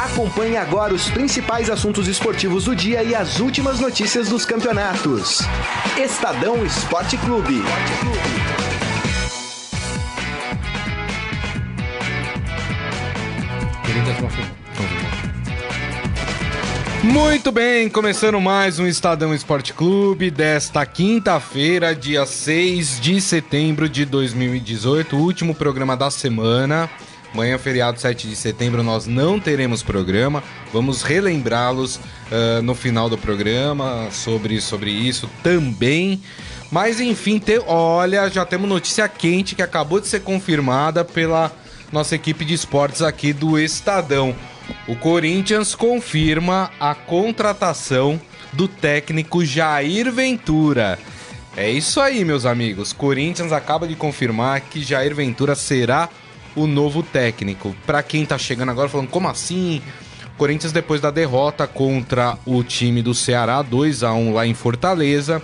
Acompanhe agora os principais assuntos esportivos do dia e as últimas notícias dos campeonatos. Estadão Esporte Clube. Muito bem, começando mais um Estadão Esporte Clube desta quinta-feira, dia 6 de setembro de 2018, último programa da semana. Amanhã, feriado 7 de setembro, nós não teremos programa. Vamos relembrá-los ah, no final do programa sobre, sobre isso também. Mas enfim, te- olha, já temos notícia quente que acabou de ser confirmada pela nossa equipe de esportes aqui do Estadão. O Corinthians confirma a contratação do técnico Jair Ventura. É isso aí, meus amigos. Corinthians acaba de confirmar que Jair Ventura será o novo técnico. Pra quem tá chegando agora falando, como assim? Corinthians depois da derrota contra o time do Ceará 2 a 1 lá em Fortaleza,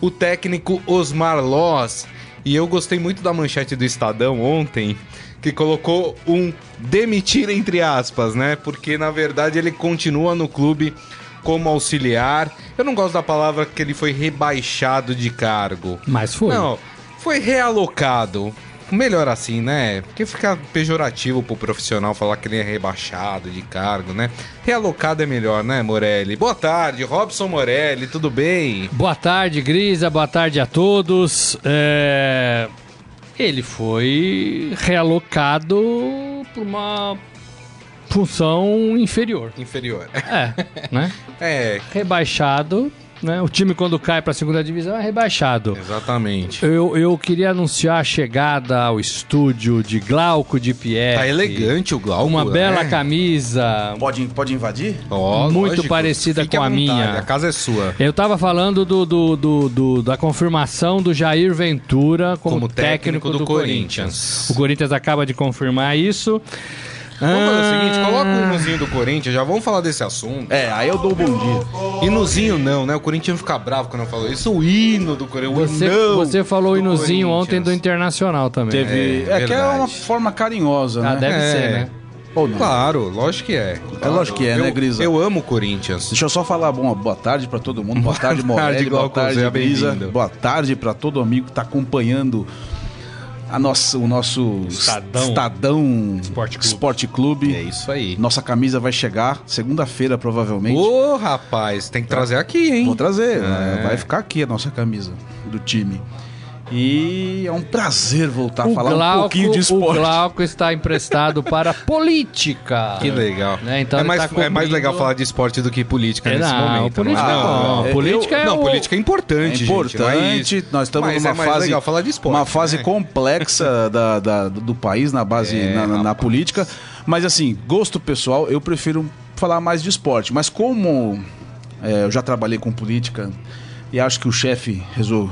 o técnico Osmar Loz, e eu gostei muito da manchete do Estadão ontem, que colocou um demitir entre aspas, né? Porque na verdade ele continua no clube como auxiliar. Eu não gosto da palavra que ele foi rebaixado de cargo. Mas foi. Não, foi realocado. Melhor assim, né? Porque fica pejorativo pro profissional falar que ele é rebaixado de cargo, né? Realocado é melhor, né, Morelli? Boa tarde, Robson Morelli, tudo bem? Boa tarde, Grisa. Boa tarde a todos. É, Ele foi realocado para uma função inferior. Inferior. É, né? É, Rebaixado. Né? O time, quando cai para a segunda divisão, é rebaixado. exatamente. Eu, eu queria anunciar a chegada ao estúdio de Glauco de Pierre. Tá elegante o Glauco. É Uma né? bela camisa. Pode, pode invadir? Ó, muito parecida fique com à a vontade, minha. A casa é sua. Eu tava falando do, do- do- do- da confirmação do Jair Ventura como, Como técnico, do, Corinthians. O Corinthians acaba de confirmar isso. Ah, Vamos fazer é o seguinte, coloca o Nuzinho do Corinthians, já vamos falar desse assunto. É, aí eu dou o bom dia. E Nuzinho não, né? O Corinthians fica bravo quando eu falo isso. O hino do Corinthians, o Você, hino você falou o do hinozinho ontem do Corinthians. Internacional também. Teve. É, É, que é uma verdade. forma carinhosa, Ah, né? deve É. ser, né? Ou não? Claro, lógico que é. É lógico que é, eu, né, Grisa? Eu amo o Corinthians. Deixa eu só falar bom, boa tarde pra todo mundo, boa tarde Boa tarde, Morelli, boa Glauco tarde Zé, Brisa, bem-vindo. boa tarde pra todo amigo que tá acompanhando a nossa, o nosso Estadão. Estadão Esporte Clube. Esporte Clube. É isso aí. Nossa camisa vai chegar segunda-feira provavelmente. Ô, rapaz, tem que trazer aqui, hein? Vou trazer, né? É. vai ficar aqui a nossa camisa do time. E é um prazer voltar a falar um pouquinho de O esporte. Glauco está emprestado para política. Que legal. Né, então é, ele mais, tá é mais comigo. legal falar de esporte do que política É, nesse não, momento. política é? é bom. eu- Política é não, o- política é É importante, gente, importante, mas- nós estamos mas numa é mais fase, legal falar de esporte, uma fase né? complexa da, da- do país na base É, na, na- na rapaz. política, mas assim gosto pessoal eu prefiro falar mais de esporte, mas como é, eu já trabalhei com política e acho que o chefe resol...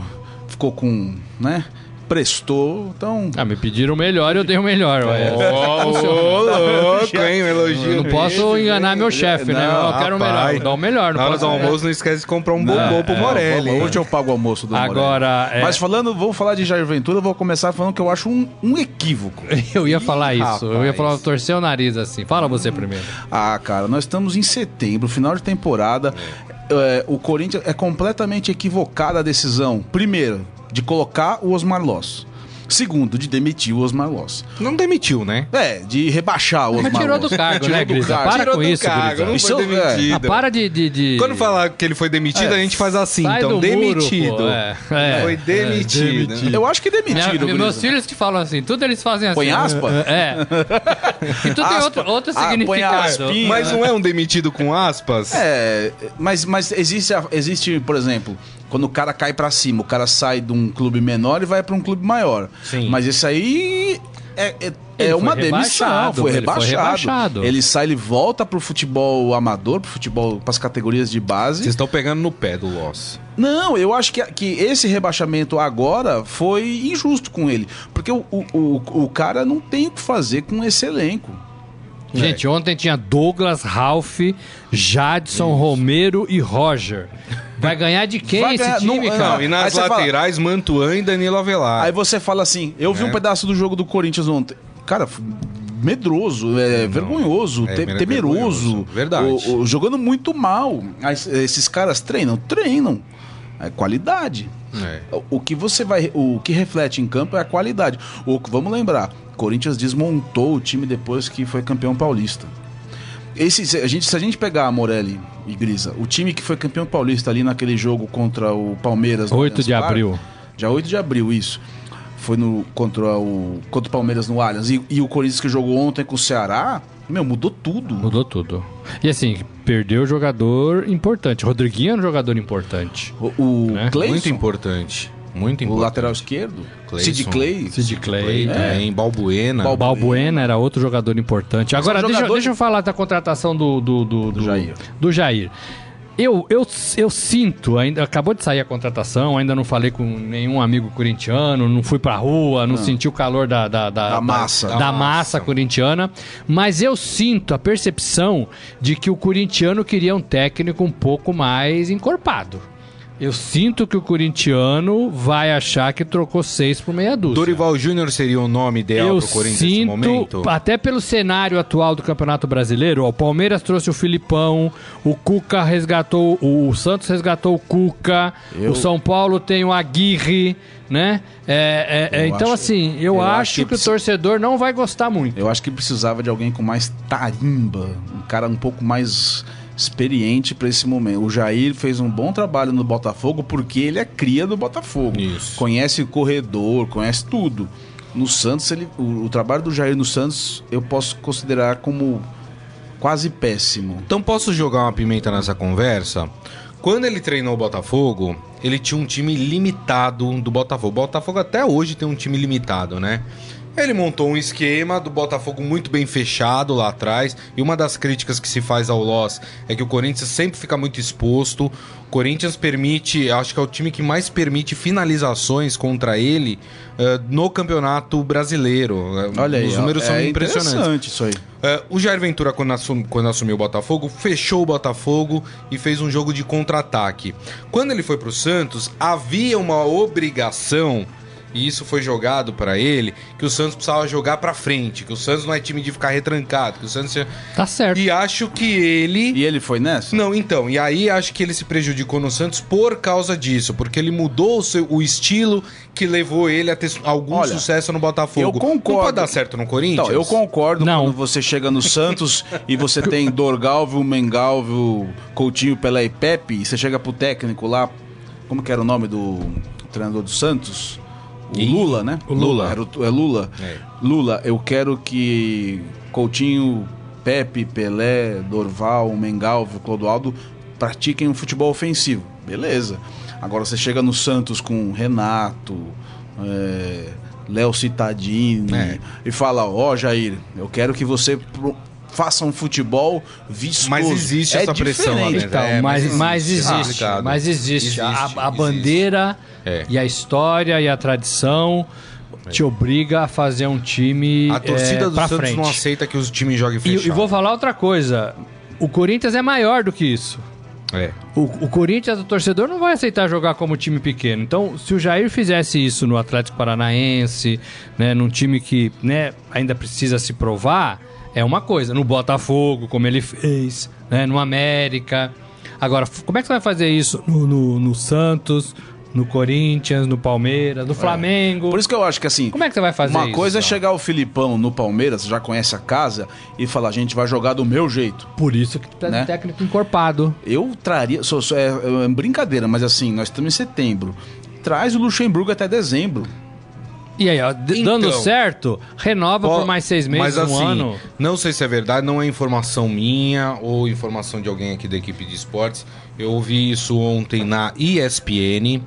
ficou com né prestou então Ah, me pediram o melhor, eu dei o melhor. ué. Ô, louco, hein? Um elogio. Eu não posso enganar meu chefe, né? Não, Eu quero o rapaz. melhor, dá o melhor. Na Não hora do posso... almoço, não esquece de comprar um Ah, bombom é, pro Morelli. Vamos, é, hoje eu pago o almoço do Morelli. Agora, é- mas falando vou falar de Jair Ventura eu vou começar falando que eu acho um, um equívoco Eu ia falar isso. Eu ia rapaz. falar, torcer o nariz assim. Fala você primeiro. Ah, cara, nós estamos em setembro, final de temporada. É, o Corinthians é completamente equivocada a decisão. Primeiro, de colocar o Osmar Loss. Segundo, de demitir o Osmar Loss. Não demitiu, né? É, de rebaixar o Osmar Mas tirou do Loss. cargo, né, Grisa? cargo. Para Ah, Tirou com do isso, cargo, Grisa. não Isso foi é- Ah, demitido. para de... de, de... Quando falar que ele foi demitido, a gente faz assim, Sai então. do muro, Demitido. pô, é. É. Foi É, demitido. demitido. Eu acho que Minha- demitiram, Grisa. meus filhos que falam assim, tudo eles fazem assim. Põe aspa? É. E tudo tem Aspa. outro, outro Ah, põe significado. aspinha. Mas não é um demitido com aspas? É, mas, mas existe, a- existe, por exemplo, quando o cara cai pra cima, o cara sai de um clube menor e vai pra um clube maior. Sim. Mas isso aí é, é- é Ele uma foi demissão, rebaixado, foi ele foi rebaixado. rebaixado. Ele sai, ele volta pro futebol amador, pro futebol, pras categorias de base. Vocês estão pegando no pé do Loss. Não, eu acho que, que esse rebaixamento agora foi injusto com ele. Porque o, o, o, o cara não tem o que fazer com esse elenco. Gente, ontem tinha Douglas, Ralph, Jadson, Romero e Roger. Vai ganhar de quem Vai esse ganhar- time, não- cara? Não, e aí nas você fala- laterais, Mantuan e Danilo Avelar. Aí você fala assim: eu vi Né? um pedaço do jogo do Corinthians ontem. Cara, f- medroso, é, vergonhoso, é te- mere- temeroso. vergonhoso, verdade. O- o- jogando muito mal. As- esses caras treinam? Treinam. É qualidade. É. O que você vai. O que reflete em campo é a qualidade. O, vamos lembrar, Corinthians desmontou o time depois que foi campeão paulista. Esse, se, a gente, se a gente pegar a Morelli e Grisa, o time que foi campeão paulista ali naquele jogo contra o Palmeiras. no 8 de Allianz Parque, abril. Dia 8 de abril, isso. Foi no, contra, o, contra o Palmeiras no Allianz. E, e o Corinthians que jogou ontem com o Ceará, meu, mudou tudo. Mudou tudo. E assim, perdeu jogador importante. Rodriguinho era um jogador importante. O, o Né? Cleison, Muito importante. Muito o importante. É. lateral esquerdo, Cleison. Sid Clay. Sid Clay. Também, Balbuena. Balbu- Balbuena era outro jogador importante. Agora, são deixa, jogadores- deixa eu falar da contratação do, do, do, do- Jair. do Jair. Eu, eu, eu sinto, ainda acabou de sair a contratação, ainda não falei com nenhum amigo corintiano, não fui pra rua, não, senti o calor da, da, da, Da massa. da, Da massa, corintiana, mas eu sinto a percepção de que o corintiano queria um técnico um pouco mais encorpado. Eu sinto que o corintiano vai achar que trocou seis por meia dúzia. Dorival Júnior seria o nome ideal Eu pro Corinthians nesse momento? sinto, até pelo cenário atual do Campeonato Brasileiro, ó, o Palmeiras trouxe o Filipão, o Cuca resgatou, o Santos resgatou o Cuca, o São Paulo tem o Aguirre, né? É, é, é, Eu então, acho- assim, eu, eu acho acho que, que o torcedor não vai gostar muito. Eu acho que precisava de alguém com mais tarimba, um cara um pouco mais experiente para esse momento. O Jair fez um bom trabalho no Botafogo porque ele é cria do Botafogo. Isso. Conhece o corredor, conhece tudo. No Santos, ele, o, o trabalho do Jair no Santos eu posso considerar como quase péssimo. Então posso jogar uma pimenta nessa conversa? Quando ele treinou o Botafogo, ele tinha um time limitado do Botafogo. O Botafogo até hoje tem um time limitado, né? Ele montou um esquema do Botafogo muito bem fechado lá atrás. E uma das críticas que se faz ao Loss é que o Corinthians sempre fica muito exposto. O Corinthians permite, acho que é o time que mais permite finalizações contra ele eh, no campeonato brasileiro. Eh, Olha aí, Os ó, números são é impressionantes. interessante isso aí. É, o Jair Ventura, quando, assum- quando assumiu o Botafogo, fechou o Botafogo e fez um jogo de contra-ataque. Quando ele foi para o Santos, havia uma obrigação, e isso foi jogado para ele, que o Santos precisava jogar para frente, que o Santos não é time de ficar retrancado, que o Santos... é- Tá certo. E acho que ele... É. E ele foi nessa? Não, então, e aí acho que ele se prejudicou no Santos por causa disso, porque ele mudou o, seu- o estilo que levou ele a ter su- algum Olha, sucesso no Botafogo. eu concordo. Não pode dar certo no Corinthians? Então, eu concordo Não. quando você chega no Santos e você tem Dorgalvio, Mengalvio, Coutinho, Pelé e Pepe, e você chega pro técnico lá, como que era o nome do treinador do Santos? O Ih, Lula, né? o Lula. Era o, é Lula. É. Lula, eu quero que Coutinho, Pepe, Pelé, Dorval, Mengalvio, Clodoaldo pratiquem um futebol ofensivo. Beleza. Agora você chega no Santos com Renato, é, Léo Cittadini É. e fala: Ó, Jair, eu quero que você pro- faça um futebol vistoso. Mas existe É essa pressão lá diferente. dentro. Então, É, mas mas, mas existe. existe, Complicado. mas existe. Existe, a, a existe. bandeira É. e a história e a tradição te obriga a fazer um time A torcida é, do pra Santos frente. não aceita que os times joguem E, fechado. e vou falar outra coisa. O Corinthians é maior do que isso. É. O, o Corinthians, o torcedor, não vai aceitar jogar como time pequeno. Então, se o Jair fizesse isso no Atlético Paranaense, né, num time que né, ainda precisa se provar, é uma coisa. No Botafogo, como ele fez, né, no América. Agora, f- como é que você vai fazer isso no, no- no Santos, no Corinthians, no Palmeiras, no Flamengo? É. Por isso que eu acho que assim. Como é que você vai fazer Uma isso? coisa é Sal? chegar o Filipão no Palmeiras, já conhece a casa, e falar: a gente vai jogar do meu jeito. Por isso que tu precisa de um Né? técnico encorpado. Eu traria. Só, só- é, é brincadeira, mas assim, nós estamos em setembro. Traz o Luxemburgo até dezembro. E aí, ó, d- Então. dando certo, renova por mais seis meses, Mas um assim, ano. não sei se é verdade, não é informação minha ou informação de alguém aqui da equipe de esportes. Eu ouvi isso ontem na ESPN,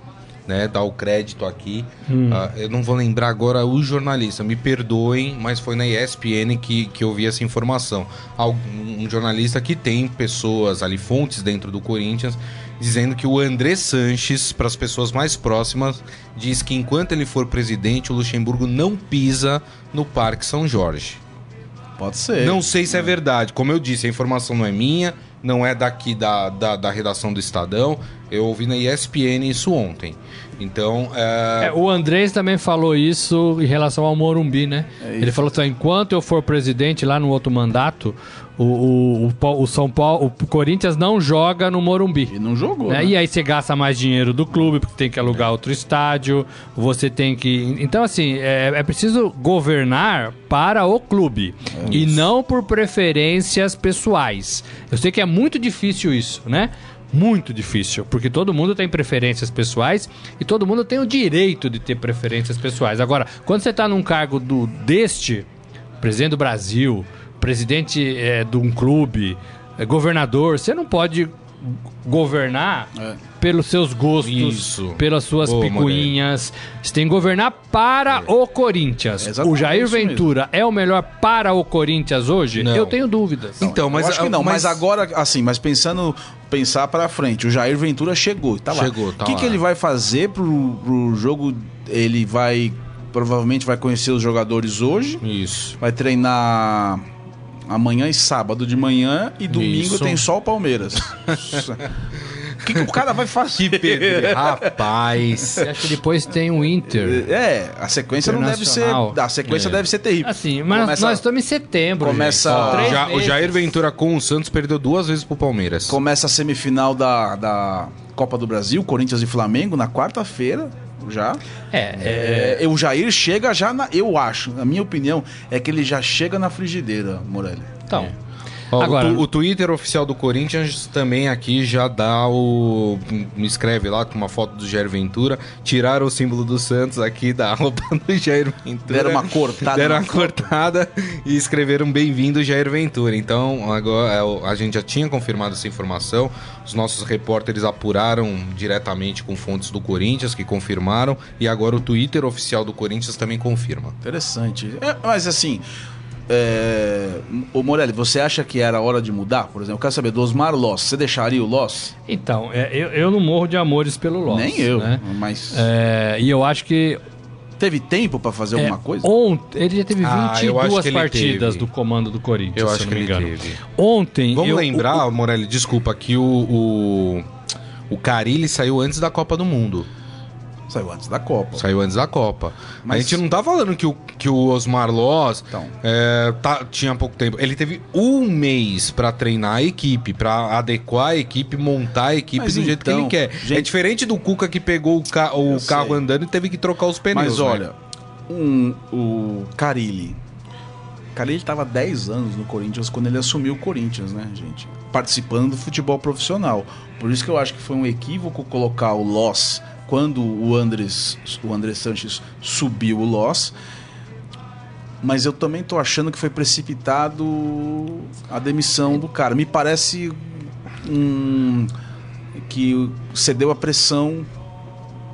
né? Dá o crédito aqui. Ah, eu não vou lembrar agora o jornalista, me perdoem, mas foi na ESPN que, que eu vi essa informação. Algum, um jornalista que tem pessoas ali, fontes dentro do Corinthians, dizendo que o André Sanches, para as pessoas mais próximas, diz que enquanto ele for presidente, o Luxemburgo não pisa no Parque São Jorge. Pode ser. Não sei se é verdade. Como eu disse, a informação não é minha, não é daqui da, da, da redação do Estadão. Eu ouvi na ESPN isso ontem. Então, é, É, o Andrés também falou isso em relação ao Morumbi, né? É Ele falou assim: enquanto eu for presidente lá no outro mandato, o, o- o Pau- o São Paulo, o Corinthians não joga no E Morumbi. não jogou. É, né? né? E aí você gasta mais dinheiro do clube, porque tem que alugar outro estádio, você tem que. Então, assim, é, é preciso governar para o clube. e não por preferências pessoais. Eu sei que é muito difícil isso, né? Muito difícil, porque todo mundo tem preferências pessoais e todo mundo tem o direito de ter preferências pessoais. Agora, quando você está num cargo do deste, presidente do Brasil, presidente eh, de um clube, eh, governador, você não pode governar É. pelos seus gostos, Isso. pelas suas Boa, picuinhas. Você tem que governar para o Corinthians. É o exatamente Jair isso mesmo. Ventura é o melhor para o Corinthians hoje? Não. Eu tenho dúvidas. Então, mas eu acho que não, mas, mas agora, assim, mas pensando, pensar pra frente, o Jair Ventura chegou, tá lá. Chegou, tá O que, lá. que ele vai fazer pro, pro jogo? Ele vai, provavelmente vai conhecer os jogadores hoje, Isso. vai treinar amanhã e sábado de manhã, e domingo Isso. tem só o Palmeiras. O que, que o cara vai fazer? Que pedre, rapaz. Você acha que depois tem o Inter? É, a sequência não deve ser. Internacional. A sequência É. deve ser terrível. Assim, mas começa, nós estamos em setembro. começa- gente. São três O Ja- o meses. Jair Ventura com o Santos perdeu duas vezes pro Palmeiras. começa a semifinal da, da Copa do Brasil, Corinthians e Flamengo, na quarta-feira já. É, é, É, o Jair chega já na. Eu acho, na minha opinião, é que ele já chega na frigideira, Morelli. então. Ó, Agora- o, tu- o Twitter oficial do Corinthians também aqui já dá o. Me escreve lá com uma foto do Jair Ventura. Tiraram o símbolo do Santos aqui da roupa do Jair Ventura. Deram uma cortada Deram na uma cortada e escreveram bem-vindo Jair Ventura. Então, agora é, o- a gente já tinha confirmado essa informação. Os nossos repórteres apuraram diretamente com fontes do Corinthians que confirmaram. E agora o Twitter oficial do Corinthians também confirma. Interessante. É, mas assim. É, ô Morelli, você acha que era hora de mudar? Por exemplo, eu quero saber do Osmar Loss. Você deixaria o Loss? Então, é, eu, eu não morro de amores pelo Loss. Nem eu. né? Mas É, e eu acho que teve tempo pra fazer alguma É, coisa? Ontem, ele já teve Ah, eu acho 22 que ele partidas teve. do comando do Corinthians, Eu se acho não que me ele engano. teve. Ontem. Vamos eu- lembrar, Morelli, desculpa, que o, o, o Carilli saiu antes da Copa do Mundo. Saiu antes da Copa. Saiu antes da Copa. Mas- A gente não tá falando que o, que o Osmar Loz Então. é, tá- tinha pouco tempo. Ele teve um mês pra treinar a equipe, pra adequar a equipe, montar a equipe Mas do jeito que então, ele quer. gente- É diferente do Cuca que pegou o, ca- o Eu sei. carro andando e teve que trocar os pneus. Mas né? olha, um, o Carilli. Carilli estava 10 anos no Corinthians quando ele assumiu o Corinthians, né, gente? Participando do futebol profissional. Por isso que eu acho que foi um equívoco colocar o Loss quando o Andres, o André Sanches subiu o Loss. Mas eu também tô achando que foi precipitado a demissão do cara. Me parece hum, que cedeu a pressão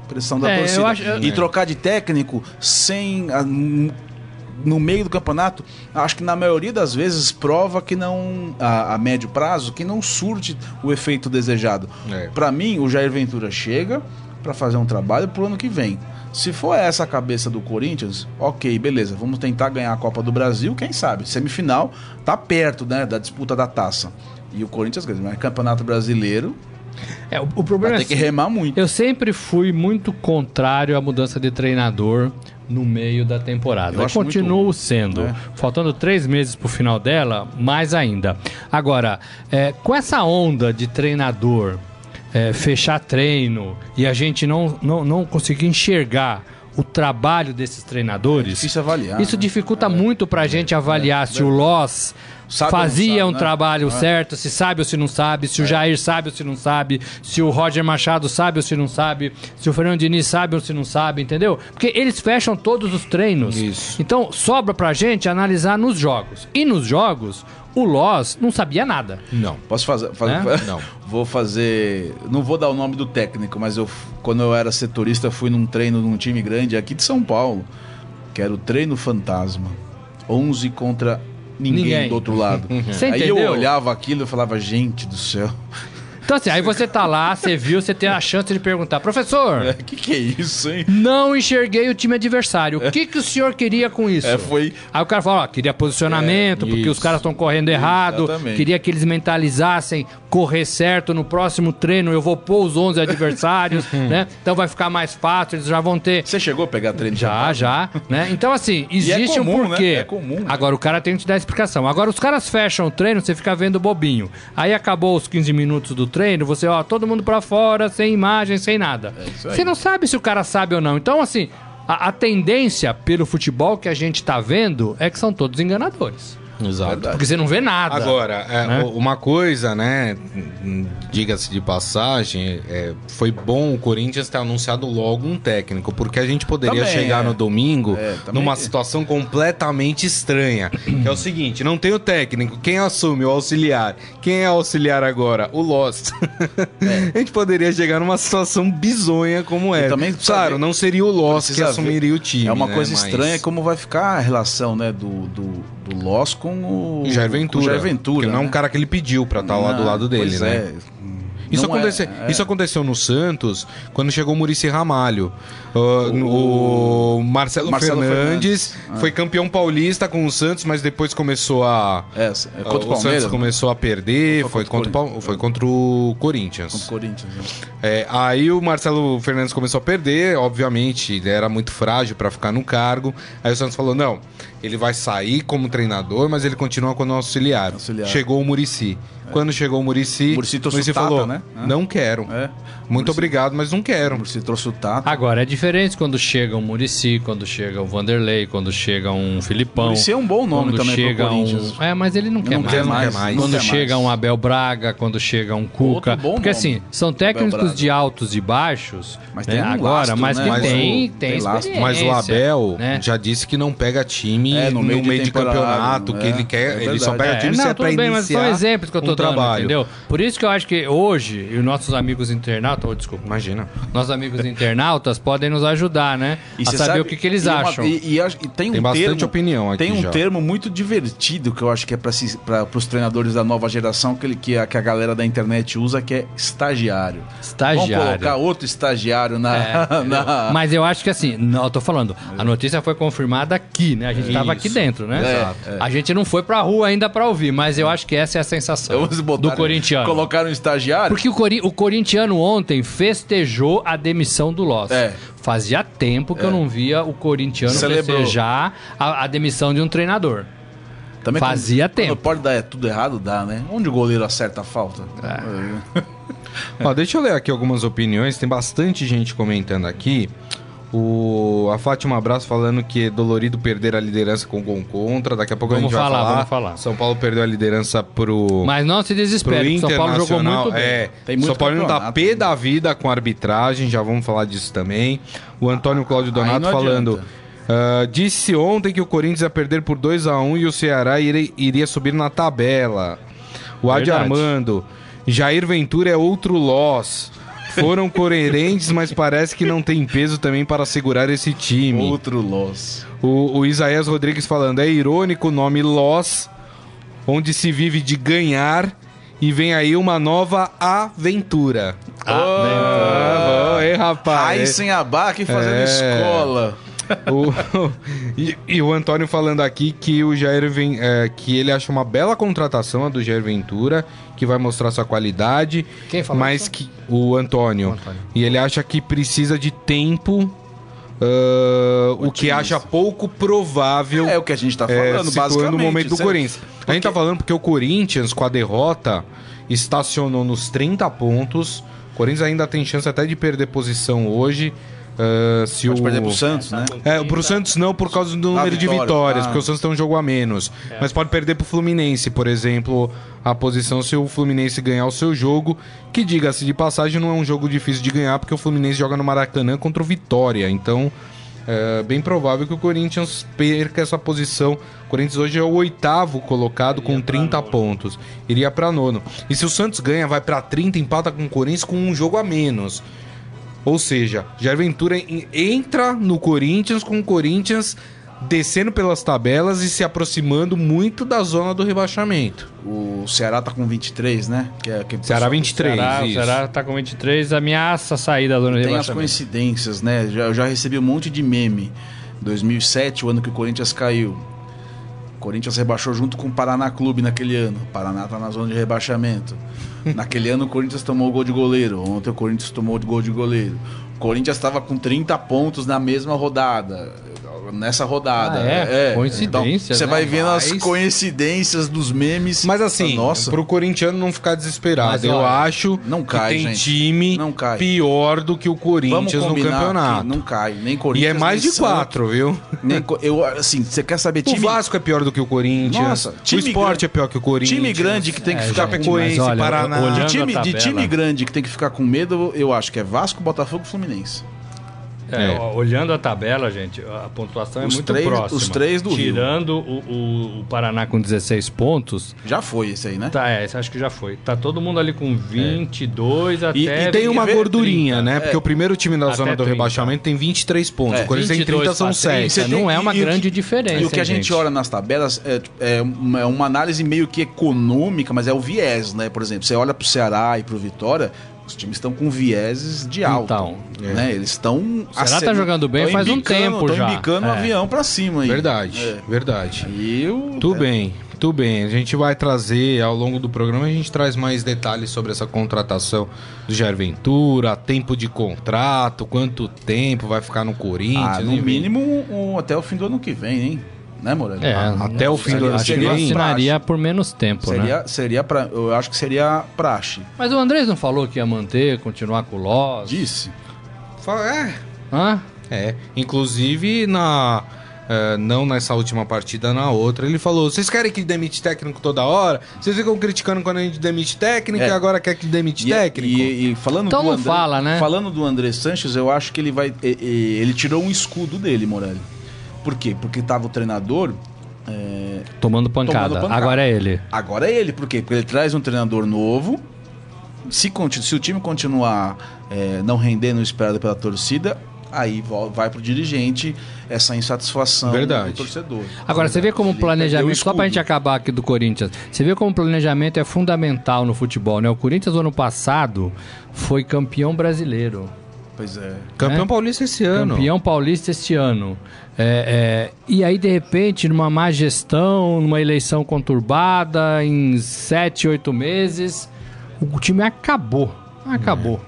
pressão da É, eu torcida. acho- eu- E trocar de técnico sem a- no meio do campeonato, acho que na maioria das vezes prova que não a, a médio prazo que não surte o efeito desejado. É. Pra mim, o Jair Ventura chega pra fazer um trabalho pro ano que vem. Se for essa a cabeça do Corinthians, ok, beleza, vamos tentar ganhar a Copa do Brasil, quem sabe? Semifinal tá perto, né, da disputa da taça. E o Corinthians, quer dizer, mas campeonato brasileiro, É, o, o vai problema é ter que assim, remar muito. Eu sempre fui muito contrário à mudança de treinador no meio da temporada. Eu Eu acho muito continuo ruim, sendo. né? Faltando três meses pro final dela, mais ainda. Agora, é, com essa onda de treinador é, fechar treino e a gente não, não, não conseguir enxergar o trabalho desses treinadores. É Difícil avaliar. Isso né? É. dificulta muito pra gente avaliar se o Loss Sabe ou não fazia sabe, um né? trabalho É. certo, se sabe ou se não sabe, se o Jair sabe ou se não sabe, se o Roger Machado sabe ou se não sabe, se o Fernando Diniz sabe ou se não sabe, entendeu? Porque eles fecham todos os treinos. Isso. Então sobra pra gente analisar nos jogos. E nos jogos, o Loss não sabia nada. Não. Posso fazer? fazer- É? Não. Vou fazer. Não vou dar o nome do técnico, mas eu, f- quando eu era setorista, fui num treino num time grande aqui de São Paulo, que era o Treino Fantasma. 11 contra ninguém, Ninguém. do outro lado. Você Aí eu entendeu? olhava aquilo e falava, gente do céu. Então assim, aí você tá lá, você viu, você tem a chance de perguntar, professor, Que que é isso, hein? não enxerguei o time adversário. O que, que o senhor queria com isso? É, foi- Aí o cara fala, ó, queria posicionamento, É, porque os isso. caras estão correndo errado. Exatamente. Queria que eles mentalizassem correr certo no próximo treino, eu vou pôr os 11 adversários, né? Então vai ficar mais fácil, eles já vão ter Você chegou a pegar treino de já, já, né? Então, assim, é existe comum, um porquê. né? É comum, né? Agora, o cara tem que te dar explicação. Agora, os caras fecham o treino, você fica vendo bobinho. Aí acabou os 15 minutos do treino, você, ó, todo mundo pra fora, sem imagem, sem nada. É isso aí. você não sabe se o cara sabe ou não. Então, assim, a, a tendência pelo futebol que a gente tá vendo é que são todos enganadores. Exato. Porque você não vê nada. Agora, é, né? o- uma coisa, né? hum, Diga-se de passagem, é, foi bom o Corinthians ter anunciado logo um técnico, porque a gente poderia Também, chegar é. no domingo É, também- numa situação completamente estranha. que é o seguinte: não tem o técnico, quem assume o auxiliar? Quem é o auxiliar agora? O Lost. a gente poderia chegar numa situação bizonha como essa. É. também precisa claro, ver- não seria o Lost que precisa ver- assumiria o time. É uma né, coisa mas- estranha como vai ficar a relação, né, do, do, do Loss com o... Jair Ventura. com o Jair Ventura, que não é um né? cara que ele pediu pra estar lá do Não, lado dele, pois né? é. Isso, Não é- acontece, é. isso aconteceu no Santos quando chegou o Murici Ramalho. Ah, o, Marcelo, Marcelo é. Fernandes, foi campeão paulista com o Santos, mas depois começou a. É, é Ah, contra o o Palmeiras, Santos começou a perder, foi, Foi contra, contra o o Pal- foi contra o Corinthians. Contra o Corinthians. né? É, aí o Marcelo Fernandes começou a perder, obviamente, ele era muito frágil pra ficar no cargo. Aí o Santos falou: não, ele vai sair como treinador, mas ele continua como auxiliar. Auxiliar. Chegou o Murici. Quando chegou o Murici, Muricy trouxe o Tata, falou: né? Hã? não quero. É. Muito obrigado, mas não quero. Você trouxe o Tato. Agora, é diferente quando chega um Murici, quando chega um Vanderlei, quando chega um Filipão. Muricy é um bom nome quando também pro chega Corinthians. Um... É, mas ele não quer não mais. quer né? mais, mais. não Quando quer chega Ah, é mais. um Abel Braga, quando chega um Cuca. bom nome. porque assim, são Abel técnicos Braga. de altos e baixos Mas né, tem um agora, lastro, mas né? que Mas tem, o- tem, tem lastro. experiência, Mas o Abel né? já disse que não pega time É, no no meio, meio de de, temporada, campeonato, né? que ele É quer, ele só verdade. pega É, time se não, é pra tudo bem, mas são iniciar exemplos que eu tô um dando, trabalho. entendeu? Por isso que eu acho que hoje, e os nossos amigos internautas, oh, desculpa, Imagina. nossos amigos internautas podem nos ajudar, né? E a você saber sabe- o que, que eles e uma- acham. E, e acho- e tem um Tem bastante termo, opinião aqui Tem um já. termo muito divertido que eu acho que é para os treinadores da nova geração, que, ele, que, a, que a galera da internet usa, que é estagiário. Estagiário. É, Vamos colocar outro estagiário na. na- Mas eu acho que assim, não, eu tô falando, a notícia foi confirmada aqui, né? A gente tava Isso. aqui dentro, né? É, Exato. A gente não foi pra rua ainda pra ouvir, mas eu acho que essa é a sensação Eles botaram- do corintiano. Colocaram um estagiário. Porque o, cori o corintiano ontem festejou a demissão do Loss. É. Fazia tempo que eu não via o corintiano Celebrou. festejar a, a demissão de um treinador. Também fazia quando, tempo. Quando pode dar é, tudo errado, dá, né? Onde o goleiro acerta a falta? É. Ó, deixa eu ler aqui algumas opiniões. Tem bastante gente comentando aqui. O, a Fátima Abraço falando que é dolorido perder a liderança com o gol contra. Daqui a pouco Vamos a gente falar, vai falar. vamos falar. São Paulo perdeu a liderança pro, Mas não se pro desespere, porque o São Paulo jogou Internacional. muito bem. É, Tem muito São Paulo não tá campeonato, pé né? da vida com a arbitragem, já vamos falar disso também. O Antônio Cláudio Aí Donato não falando. adianta. "Ah, disse ontem que o Corinthians ia perder por 2 a 1 e o Ceará iri- iria subir na tabela. O Adi Verdade. Armando. Jair Ventura é outro loss. Foram coerentes, mas parece que não tem peso também para segurar esse time. Outro loss. O, o Isaías Rodrigues falando, é irônico o nome Loss, onde se vive de ganhar e vem aí uma nova aventura. Ah, é bom, hein, Aí rapaz? sem abaque fazendo É. escola. O- e, e o Antônio falando aqui que o Jair vem, é, que ele acha uma bela contratação a do Jair Ventura, que vai mostrar sua qualidade. Quem falou mas isso? que o Antônio, E ele acha que precisa de tempo. ah, o que acha pouco provável É o que a gente tá é, falando, situando basicamente. o momento do Você- Corinthians. A gente tá falando porque o Corinthians, com a derrota, estacionou nos 30 pontos. O Corinthians ainda tem chance até de perder posição hoje. ah, se Pode o... perder pro Santos, né? É, pro Santos não, por causa do número de vitória. vitórias, Ah. porque o Santos tem um jogo a menos. Mas pode perder pro Fluminense, por exemplo, a posição se o Fluminense ganhar o seu jogo, que diga-se de passagem, não é um jogo difícil de ganhar, porque o Fluminense joga no Maracanã contra o Vitória. Então, é bem provável que o Corinthians perca essa posição. O Corinthians hoje é o oitavo colocado com 30 pontos. Iria pra nono. E se o Santos ganha, vai pra 30, empata com o Corinthians com um jogo a menos. Ou seja, Jair Ventura en- entra no Corinthians com o Corinthians descendo pelas tabelas e se aproximando muito da zona do rebaixamento. O Ceará tá com 23, né? Que é, que o Ceará pessoal- 23, Ceará, o isso. Ceará tá com 23, ameaça a sair da zona de Tem as rebaixamento. coincidências, né? Já- Eu já recebi um monte de meme. 2007, o ano que o Corinthians caiu. O Corinthians rebaixou junto com o Paraná Clube naquele ano. O Paraná tá na zona de rebaixamento. naquele ano o Corinthians tomou o gol de goleiro. Ontem o Corinthians tomou o gol de goleiro. O Corinthians estava com 30 pontos na mesma rodada. Nessa rodada. Então, Ah, é? Coincidências, Você né? vai vendo as Mas- coincidências dos memes. Mas assim, Nossa. pro corintiano não ficar desesperado, Mas, eu olha, acho não cai, que tem gente. time Não cai. pior do que o Vamos Corinthians no combinar que campeonato. Não cai. Nem E Corinthians. é mais nem de Santos, quatro, viu? Nem co- eu, assim, você quer saber O time... Vasco é pior do que o Corinthians. Nossa, o time esporte grande- é pior que o Corinthians. Time grande que tem que É, ficar gente, com... Coense, mas olha, Paraná. olhando De a time, de tabela- time grande que tem que ficar com medo, eu acho que é Vasco, Botafogo e Fluminense. É, É. ó, Olhando a tabela, gente, a pontuação Os é muito três- próxima. os três do Rio. Tirando o, o- o Paraná com 16 pontos, Já foi esse aí, né? tá, é, esse acho que já foi. Tá todo mundo ali com 22 até... E- É. E É, tem tem uma que ver gordurinha, 30, né? Porque o primeiro time da Até zona do 30. rebaixamento tem 23 pontos. É. O Corinthians tem 30, são 7. Você não tem- é uma e- e o grande que- diferença. E o que a hein, gente olha nas tabelas é, tipo, é uma, é uma análise meio que econômica, mas é o viés, né? Por exemplo, você olha pro Ceará e pro Vitória, os times estão com vieses de alta. Então, né? Eles estão... Ceará tá jogando bem faz um tempo já. Estão embicando o É. avião pra cima aí. É. Verdade, verdade. E o... Tudo bem, tudo bem. A gente vai trazer ao longo do programa, a gente traz mais detalhes sobre essa contratação do Jair Ventura, tempo de contrato, quanto tempo vai ficar no Corinthians. Ah, no enfim. mínimo um- um- até o fim do ano que vem, hein? Né, Moreno? É, Ah, Até o fim do ano acho que que ele vem. assinaria por menos tempo, né? Seria, seria pra, eu acho que seria praxe. Mas o Andrés não falou que ia manter, continuar com o Loz? Disse. Fala, É, Hã? É, inclusive na. eh, não nessa última partida, na outra, ele falou: vocês querem que demite técnico toda hora? Vocês ficam criticando quando a gente demite técnico É. e agora quer que demite E- é, técnico? E, e falando Então do não André- fala, né? Falando do André Sanches, eu acho que ele vai. e- e- Ele tirou um escudo dele, Morelli. Por quê? Porque tava o treinador. é, Tomando pancada. Tomando pancada. Agora é ele. Agora é ele, por quê? Porque ele traz um treinador novo. Se, conti- se o time continuar é, não rendendo o esperado pela torcida, aí vo- vai pro dirigente essa insatisfação Verdade. do torcedor. Agora, você vê como o Ele perdeu planejamento, o só pra escudo. gente acabar aqui do Corinthians, você vê como o planejamento é fundamental no futebol, né? O Corinthians, no ano passado, foi campeão brasileiro. Pois é. Campeão paulista esse ano. Campeão paulista este ano. É, é, e aí, de repente, numa má gestão, numa eleição conturbada, em sete, oito meses, o time acabou. Acabou.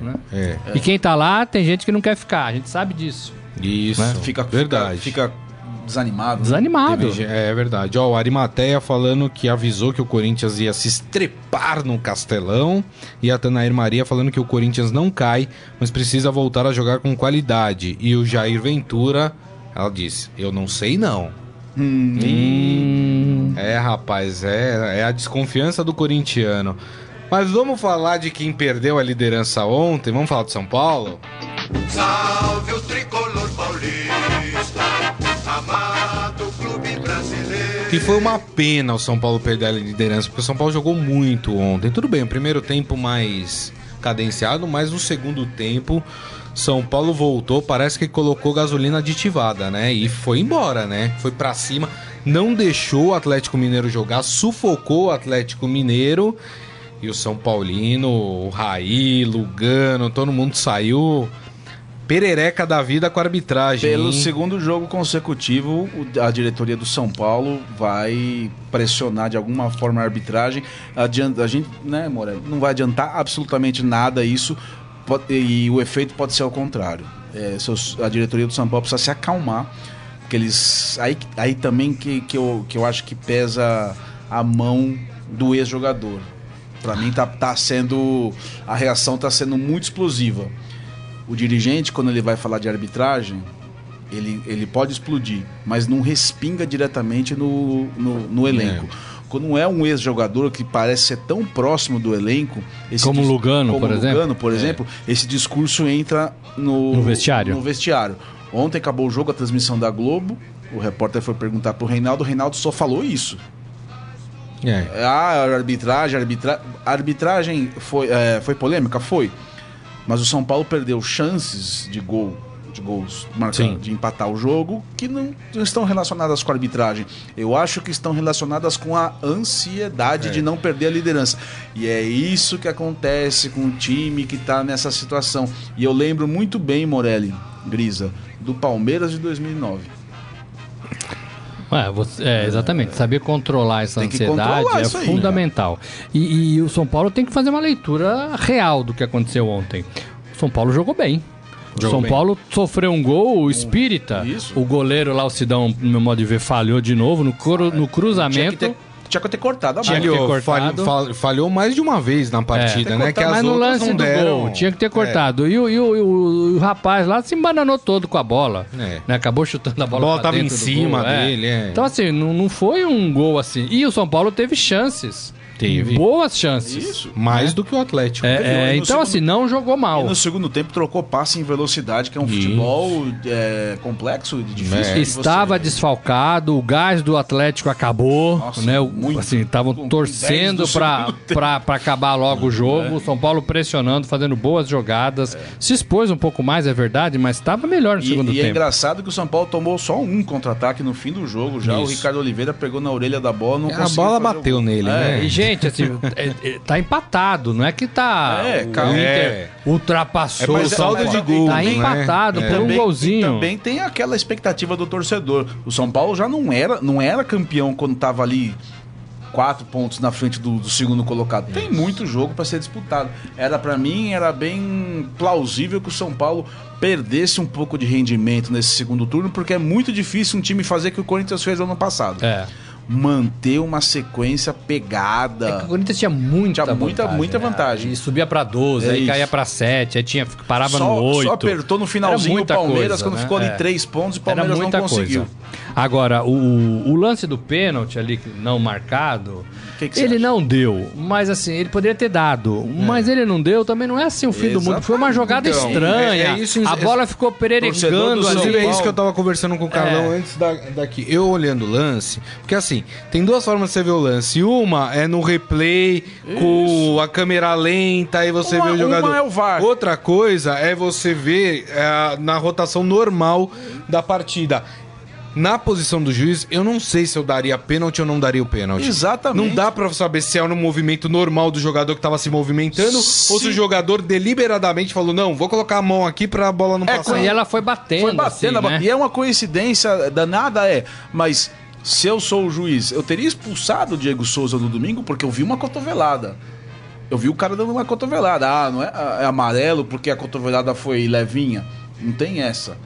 né? É, E quem tá lá, tem gente que não quer ficar, a gente sabe disso. isso. Né? Fica, Né? verdade. Fica, fica desanimado. né? Desanimado. Teve- É verdade. Ó, o Arimateia falando que avisou que o Corinthians ia se estrepar no Castelão. E a Tanair Maria falando que o Corinthians não cai, mas precisa voltar a jogar com qualidade. E o Jair Ventura, ela disse: Eu não sei não. Hum, É, rapaz, é, é a desconfiança do corintiano. Mas vamos falar de quem perdeu a liderança ontem? Vamos falar do São Paulo? Salve o tricolor paulista, amado clube brasileiro. Que foi uma pena o São Paulo perder a liderança, porque o São Paulo jogou muito ontem. Tudo bem, o primeiro tempo mais cadenciado, mas no segundo tempo, São Paulo voltou, parece que colocou gasolina aditivada, né? E foi embora, né? Foi pra cima, não deixou o Atlético Mineiro jogar, sufocou o Atlético Mineiro. E o São Paulino, o Raí, Lugano, todo mundo saiu perereca da vida com a arbitragem. Pelo hein? segundo jogo consecutivo, o- a diretoria do São Paulo vai pressionar de alguma forma a arbitragem. Adianta, a gente, né, Morelli, não vai adiantar absolutamente nada isso po- e o efeito pode ser ao contrário. É, seus- a diretoria do São Paulo precisa se acalmar, porque eles aí, aí também que, que, eu, que eu acho que pesa a mão do ex-jogador. Pra mim tá, tá sendo a reação tá sendo muito explosiva. O dirigente, quando ele vai falar de arbitragem, ele, ele pode explodir, mas não respinga diretamente no, no, no elenco. Quando é um ex-jogador que parece ser tão próximo do elenco, esse Como dis- Lugano, como por exemplo? É. Lugano, por exemplo, esse discurso entra no, No vestiário. no vestiário. Ontem acabou o jogo, a transmissão da Globo. O repórter foi perguntar pro Reinaldo, o Reinaldo só falou isso. É. Ah, arbitragem, arbitra... arbitragem foi, é, foi polêmica? Foi. Mas o São Paulo perdeu chances de gol, de gols marcados, de empatar o jogo, que não não estão relacionadas com a arbitragem. Eu acho que estão relacionadas com a ansiedade de não perder a liderança. E é isso que acontece com o time que está nessa situação. E eu lembro muito bem, Morelli, Grisa, do Palmeiras de 2009. É, você- é, exatamente. Saber controlar essa Tem que ansiedade controlar é isso aí, né? fundamental. E, e o São Paulo tem que fazer uma leitura real do que aconteceu ontem. O São Paulo jogou bem. O Jogou São bem. Paulo sofreu um gol, o Espírita. Isso. O goleiro lá, o Sidão, no meu modo de ver, falhou de novo no, cru- no Tinha que, cruzamento. ter, tinha que ter cortado a bola. Tinha que ter Falhou, cortado. É. falhou, falhou, mais de uma vez na partida, né? Que as Tá, mas no outras lance não do deram. É. gol, tinha que ter cortado. E, o, e o- e o- e o rapaz lá se embananou todo com a bola. É. né? Acabou chutando a bola. A bola pra tava dentro em do cima gol, é. dele, é. Então, assim, não, não foi um gol assim. E o São Paulo teve chances. Teve. Boas chances. Isso. É, Mais do que o Atlético. É, Teve, é, e no então, segundo- assim, não jogou E mal. no segundo tempo trocou passe em velocidade, que é um futebol é, complexo, difícil. É. Né? de você- Estava desfalcado, o gás do Atlético acabou, Nossa, né? O- muito. assim, estavam Com torcendo 10 do pra- segundo É. pra pra acabar logo o jogo. O São Paulo pressionando, fazendo boas jogadas. Se expôs um pouco mais, é verdade, mas estava melhor no E, segundo e é tempo. engraçado que o São Paulo tomou só um contra-ataque no fim do jogo. Já o Isso. Ricardo Oliveira pegou na orelha da bola, não A conseguiu bola fazer o bateu gol. nele, É, né? E, gente, assim, é- é- tá empatado, não é que tá. É, o cara, Inter é. ultrapassou. É, mas o é- saldo mas de é- gol. Tá né? também- empatado É. por um Também- golzinho. e também tem aquela expectativa do torcedor. O São Paulo já não era, não era campeão quando estava ali quatro pontos na frente do, do segundo colocado. Tem muito jogo para ser disputado. Era para mim era bem plausível que o São Paulo perdesse um pouco de rendimento nesse segundo turno, porque é muito difícil um time fazer o que o Corinthians fez ano passado. É. Manter uma sequência pegada. É O Corinthians tinha muita Tinha muita- vantagem, muita né? vantagem. E subia pra 12, É aí isso. caía pra 7, aí tinha, parava só, no 8. só apertou no finalzinho o Era muita Palmeiras coisa, quando né? ficou ali É. três pontos e o Era Palmeiras muita não conseguiu. coisa. Agora, o, o lance do pênalti ali, que não marcado, Que que você ele acha? É. não deu. Mas assim, ele poderia ter dado. Mas ele não deu, também não é assim o fim do mundo. Foi uma jogada Então, estranha. é- é isso, a é- bola ficou Torcedor do pererengando São ali. Inclusive, é Paulo. isso que eu tava conversando com o Carlão É. antes da- daqui. Eu olhando o lance, porque assim, tem duas formas de você ver o lance. Uma é no replay, com a câmera lenta, aí você Uma- vê o uma jogador. é o VAR. Outra coisa é você ver é, na rotação normal da partida. Na posição do juiz, eu não sei se eu daria pênalti ou não daria o pênalti. Exatamente. Não dá pra saber se era um movimento normal do jogador que tava se movimentando ou se Sim. o jogador deliberadamente falou: não, vou colocar a mão aqui pra bola não É, passar. E ela foi batendo. Foi batendo assim, a ba- né? E é uma coincidência danada, é. Mas se eu sou o juiz, eu teria expulsado o Diego Souza no domingo porque eu vi uma cotovelada. Eu vi o cara dando uma cotovelada. Ah, não é, é amarelo porque a cotovelada foi levinha. Não tem essa.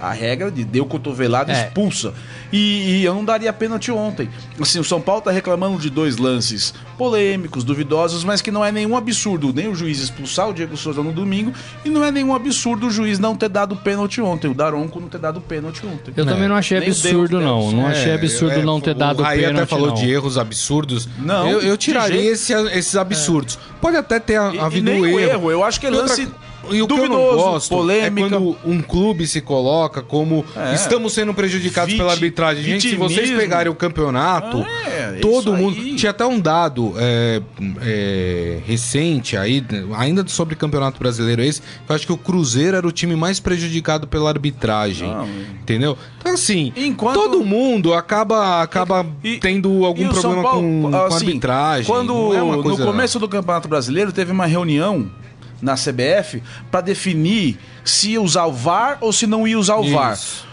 A regra de deu cotovelada É. expulsa. E, e eu não daria pênalti ontem. Assim, o São Paulo tá reclamando de dois lances polêmicos, duvidosos, mas que não é nenhum absurdo nem o juiz expulsar o Diego Souza no domingo e não é nenhum absurdo o juiz não ter dado pênalti ontem, o Daronco não ter dado pênalti ontem. Né? Eu também não achei Nem absurdo, Deus, não. Deus. Não É, achei absurdo é, não ter dado O Raí pênalti. até falou não. de erros absurdos. Não, eu, eu de tiraria jeito- É. esse- esses absurdos. Pode até ter E- e havido nem um o erro. erro, eu acho que é E outra- lance e o que eu não duvidoso, gosto polêmica. é quando um clube se coloca como É. estamos sendo prejudicados Viti- pela arbitragem. Gente, se vocês vitimismo. pegarem o campeonato, É, todo isso mundo... aí. Tinha até um dado é, é, recente aí, ainda sobre campeonato brasileiro é esse, que eu acho que o Cruzeiro era o time mais prejudicado pela arbitragem. Não. Entendeu? Então assim, Enquanto- todo mundo acaba, acaba E- tendo algum e o São problema com, com assim, arbitragem. Quando Não é uma coisa- no começo do Campeonato Brasileiro teve uma reunião na CBF para definir se ia usar o VAR ou se não ia usar o VAR. Isso.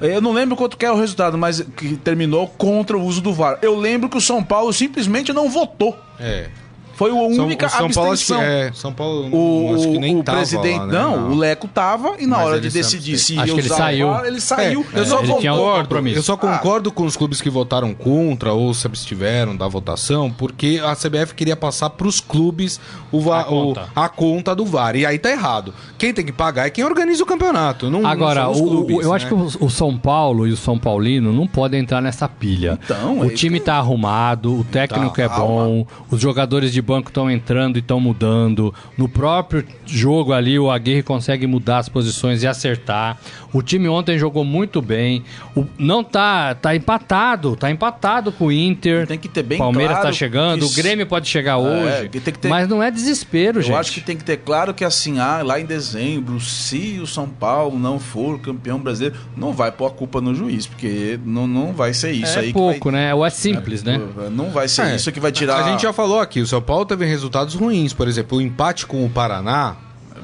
Eu não lembro quanto que é o resultado, mas que terminou contra o uso do VAR. Eu lembro que o São Paulo simplesmente não votou. É. Foi a São, única São Paulo acho que, abstenção. é, São Paulo O, acho que nem o tava presidente. lá, né? não, o Leco tava e na Mas hora ele de se decidir se Acho ia que ele usar saiu. o VAR, ele É, saiu. eu, só ele tinha um concordo, compromisso. eu Ah. só concordo com os clubes que votaram contra ou se abstiveram da votação, porque a CBF queria passar para os clubes o va- A conta. o- a conta do VAR. E aí tá errado. Quem tem que pagar é quem organiza o campeonato. Um Não, não Agora, são os o- clubes, o- eu acho né? que o, o São Paulo e o São Paulino não podem entrar nessa pilha. Então, é o isso Tá, time tá arrumado, o técnico é bom, os jogadores de banco estão entrando e estão mudando. No próprio jogo ali, o Aguirre consegue mudar as posições e acertar. O time ontem jogou muito bem. O- não tá, tá empatado, tá empatado com o Inter. Tem que ter bem Palmeiras claro tá chegando, que É, o Grêmio pode chegar hoje. que tem que ter- Mas não é desespero, Eu gente. acho que tem que ter claro que assim, ah, lá em dezembro, se o São Paulo não for campeão brasileiro, não vai pôr a culpa no juiz, porque não, não vai ser isso é aí pouco, que né? Ou é simples, vai, né? Não vai ser É, isso que vai tirar. A gente já falou aqui, o São Paulo teve resultados ruins, por exemplo, o empate com o Paraná,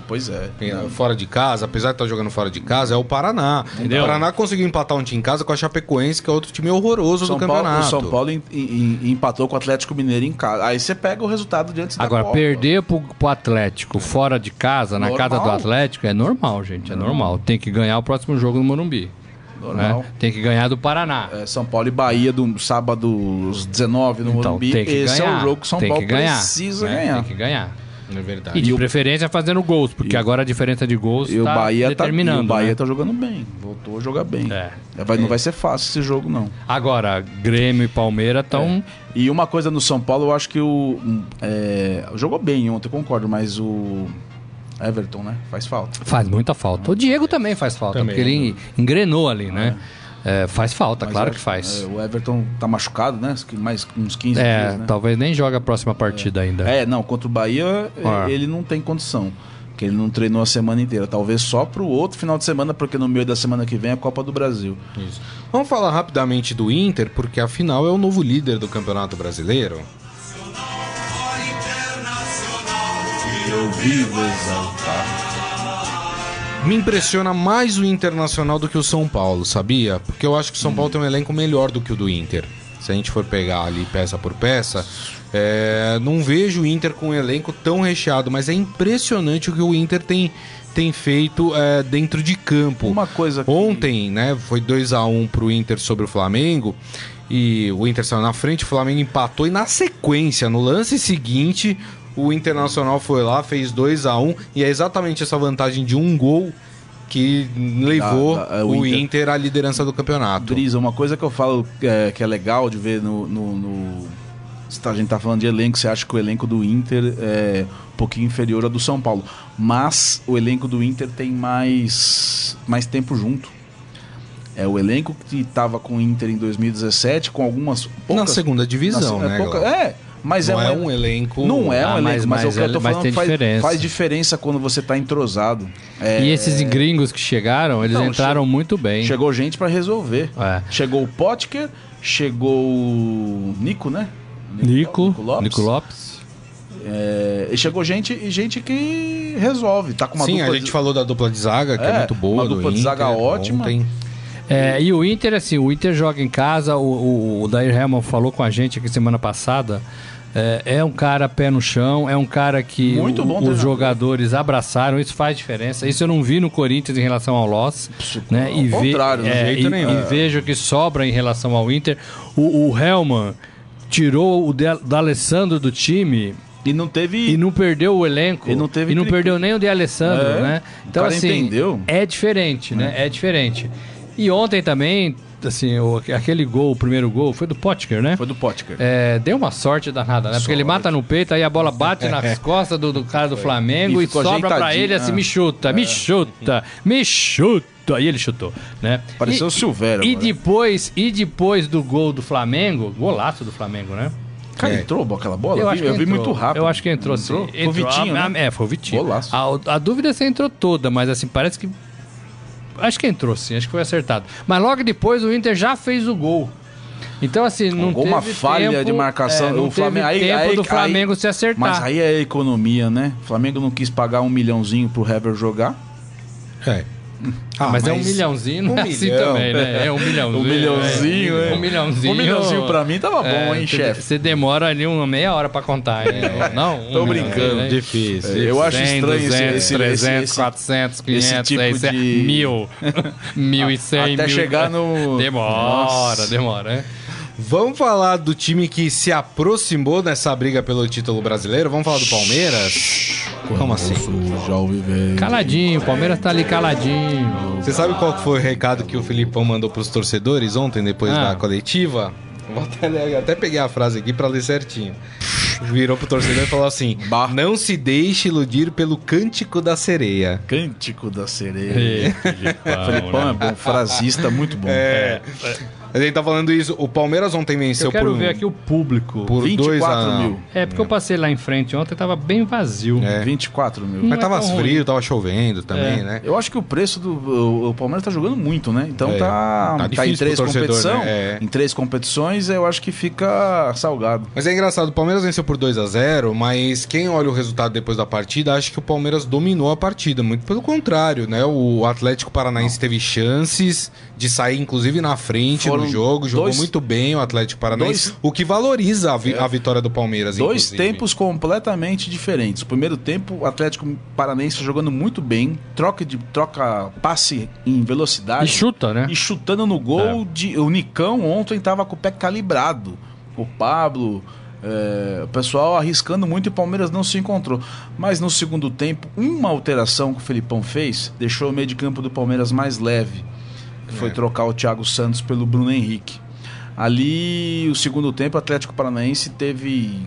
Pois é. tem- ah, Não. fora de casa, apesar de estar jogando fora de casa, é o Paraná. Entendeu? O Paraná conseguiu empatar um time em casa com a Chapecoense, que é outro time horroroso São do Paulo, o campeonato. São Paulo em- em- em- empatou com o Atlético Mineiro em casa. Aí você pega o resultado de antes da Agora, Copa. perder pro, pro Atlético fora de casa, na Normal. casa do Atlético, é normal, gente. É normal. Tem que ganhar o próximo jogo no Morumbi. Normal. né? Tem que ganhar do Paraná. É, São Paulo e Bahia do sábado às 19 no Então, Morumbi. tem que Esse ganhar. é o jogo que São tem Paulo que ganhar, precisa né? ganhar. Tem que ganhar. É verdade. E de E o- preferência fazendo gols, porque agora a diferença de gols E o tá Bahia tá, e determinando. o Bahia né? tá jogando bem. Voltou a jogar bem. É. Vai- não vai ser fácil esse jogo, não. Um, Agora, Grêmio e Palmeiras estão... E uma coisa no São Paulo, eu acho que o. hum, é, jogou bem ontem, concordo, mas o. Everton, né? Faz falta. Faz muita falta. O Diego também faz falta, Também, porque ele engrenou ali, né? É, faz falta, Mas claro eu que acho- faz. é, o Everton tá machucado, né? Acho que Mais uns 15 É, dias, né? talvez nem jogue a próxima partida ainda. É, não, contra o Bahia é, Ah. ele não tem condição. Porque ele não treinou a semana inteira. Talvez só pro outro final de semana, porque no meio da semana que vem é a Copa do Brasil. Isso. Vamos falar rapidamente do Inter, porque afinal é o novo líder do Campeonato Brasileiro. Eu vivo exaltado. Me impressiona mais o Internacional do que o São Paulo, sabia? Porque eu acho que o São Paulo tem um elenco melhor do que o do Inter. Se a gente for pegar ali peça por peça, é, não vejo o Inter com um elenco tão recheado, mas é impressionante o que o Inter tem, tem feito é, dentro de campo. Uma coisa que- Ontem, né, foi 2 a 1 pro Inter sobre o Flamengo. E o Inter saiu na frente, o Flamengo empatou e na sequência, no lance seguinte, o Internacional foi lá, fez 2 a 1 e é exatamente essa vantagem de um gol que levou Da- da- o o Inter. Inter. à liderança do campeonato. Drisa, uma coisa que eu falo é, que é legal de ver no. no- no- se tá- a gente tá falando de elenco, você acha que o elenco do Inter é um pouquinho inferior ao do São Paulo. Mas o elenco do Inter tem mais, mais tempo junto. É o elenco que tava com o Inter em 2017, com algumas. na poucas- segunda divisão, na se- né? é, pouca- Glau? é, mas não é, é um um elenco. Não é um Ah, elenco, mas- mas, é o mas que eu ele- tô mas falando tem faz diferença. faz diferença quando você tá entrosado. É, E esses gringos que chegaram, eles Não, entraram che- muito bem. Chegou gente pra resolver. É. Chegou o Potker, chegou o Nico, né? Nico, Nico Lopes. Nico Lopes. É, e chegou gente e gente que resolve. Tá com uma Sim, dupla a gente de- falou da dupla de zaga, que é, É, muito boa. uma do dupla de zaga Inter, ótima. ontem. É, e o Inter, assim, o Inter joga em casa, o, o, o Dair Helman falou com a gente aqui semana passada. É, é um cara pé no chão, é um cara que Muito o- bom os treinador. jogadores abraçaram, isso faz diferença. Isso eu não vi no Corinthians em relação ao Loss. Né? ao E ve- contrário, de é, jeito e- nenhum. e vejo que sobra em relação ao Inter. O, o Helman tirou o de- D'Alessandro do time E não teve. e não perdeu o elenco. E não teve cri-cri. perdeu nem o de Alessandro, É, né? o Então, cara assim, entendeu. é diferente, né? É diferente. E ontem também, assim, o- aquele gol, o primeiro gol, foi do Potker, né? Foi do Potker. É, deu uma sorte danada, né? Porque ele mata no peito, aí a bola bate nas costas do, do cara do Flamengo É. E e, ficou sobra pra ajeitadinho, ele assim, ah. me chuta, me chuta, me chuta. Aí ele chutou, né? Pareceu E- o Silvério. E agora. depois, e depois do gol do Flamengo, golaço do Flamengo, né? Cara, É. entrou aquela bola? Eu, vi, acho que eu vi entrou. muito rápido. Eu acho que entrou, entrou? sim. Foi o Vitinho, a, né? É, foi o Vitinho. Golaço. A, a dúvida é se entrou toda, mas assim, parece que. Acho que entrou, sim, acho que foi acertado. Mas logo depois o Inter já fez o gol. Então, assim, não Um gol, teve uma falha tempo, de marcação. é, não O teve Flamengo- aí- tempo aí- do Flamengo aí- se acertar. Mas aí é economia, né? O Flamengo não quis pagar um milhãozinho pro Hever jogar. É. Ah, mas, é um milhãozinho, não Um é assim milhão. também, né? É um milhãozinho. Um milhãozinho, é. é. Um milhãozinho. Um milhãozinho pra mim tava bom, É, hein, você- chefe? Você demora ali uma meia hora pra contar, né? Não, um Tô milhão, brincando. né? Difícil. É, eu acho 100, estranho esse- 200, esse- 300, esse- 400, 500, esse tipo 600, de- 1000, 1100, Até 1000. chegar no- Demora, Nossa. demora. né? Vamos falar do time que se aproximou nessa briga pelo título brasileiro? Vamos falar do Palmeiras? Como assim? Já ouvi ver. Caladinho, o Palmeiras tá ali caladinho. Você sabe qual que foi o recado que o Filipão mandou pros torcedores ontem, depois Ah. da coletiva? Vou até, ler- até peguei a frase aqui pra ler certinho. virou pro torcedor e falou assim: Bah. Não se deixe iludir pelo cântico da sereia. Cântico da sereia. Ih, Felipão, Felipão né? é bom, frasista, muito bom. É. A gente tá falando isso. O Palmeiras ontem venceu Eu quero por, um ver aqui o público. por 24 dois 24 a... um. mil. É, porque eu passei lá em frente ontem, tava bem vazio. É. 24 mil. Não Mas é tava tão ruim. É. frio, tava chovendo também, né? Eu acho que o preço do. O, o Palmeiras tá jogando muito, né? Então É. tá, Tá tá, em difícil pro três torcedor, competições. né? É. Em três competições, eu acho que fica salgado. Mas é engraçado, o Palmeiras venceu por 2 a 0 mas quem olha o resultado depois da partida acha que o Palmeiras dominou a partida. Muito pelo contrário, né? O Atlético Paranaense teve chances de sair, inclusive, na frente Foram no jogo. Jogou dois- muito bem o Atlético Paranaense, dois- É. o que valoriza a, vi- a vitória do Palmeiras, Dois inclusive. tempos completamente diferentes. O primeiro tempo, o Atlético Paranense jogando muito bem, troca de troca passe em E velocidade. chuta, né? E chutando no gol, de, o Nicão ontem tava com o pé calibrado. O Pablo, é, o pessoal arriscando muito e o Palmeiras não se encontrou. Mas no segundo tempo, uma alteração que o Felipão fez deixou o meio de campo do Palmeiras mais leve. Que foi trocar o Thiago Santos pelo Bruno Henrique. Ali, o segundo tempo, o Atlético Paranaense teve.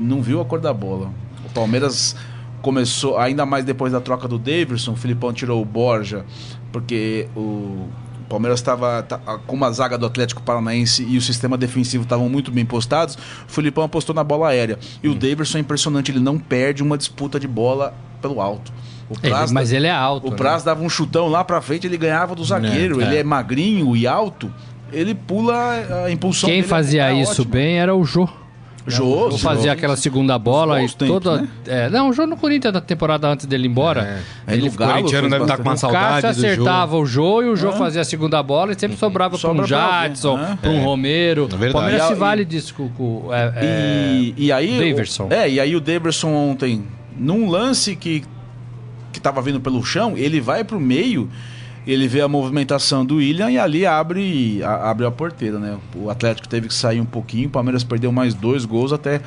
não viu a cor da bola. O Palmeiras começou, ainda mais depois da troca do Davidson, o Filipão tirou o Borja, porque o Palmeiras estava. tá- como a zaga do Atlético Paranaense e o sistema defensivo estavam muito bem postados, o Filipão apostou na bola aérea. E Hum. o Davidson é impressionante, ele não perde uma disputa de bola pelo alto. O Ele- Praz- mas ele é alto. o né? Praz dava um chutão lá pra frente, ele ganhava do zagueiro. É. Ele é magrinho e alto, ele pula a impulsão Quem dele é- fazia é isso ótima. bem era o Jô. Jô, Jô Jô. fazia aquela segunda bola e bons tempos, toda. né? É, É, não, o Jô no Corinthians da temporada antes dele ir embora. Aí no O Galo corintiano fez deve estar bastante. com uma O Cássio saudade do jogo. acertava o Jô e o Jô fazia a segunda bola e sempre sobrava para um É. Sobra pra alguém, Jadson, né? para um Romero. É. verdade. O Palmeiras E a- se vale disso com- com. é, é, E, e aí. Daverson. O, é, e aí o Daverson ontem, num lance que, que tava vindo pelo chão, ele vai pro meio, ele vê a movimentação do William e ali abre a, abre a porteira, né? O Atlético teve que sair um pouquinho, o Palmeiras perdeu mais dois gols até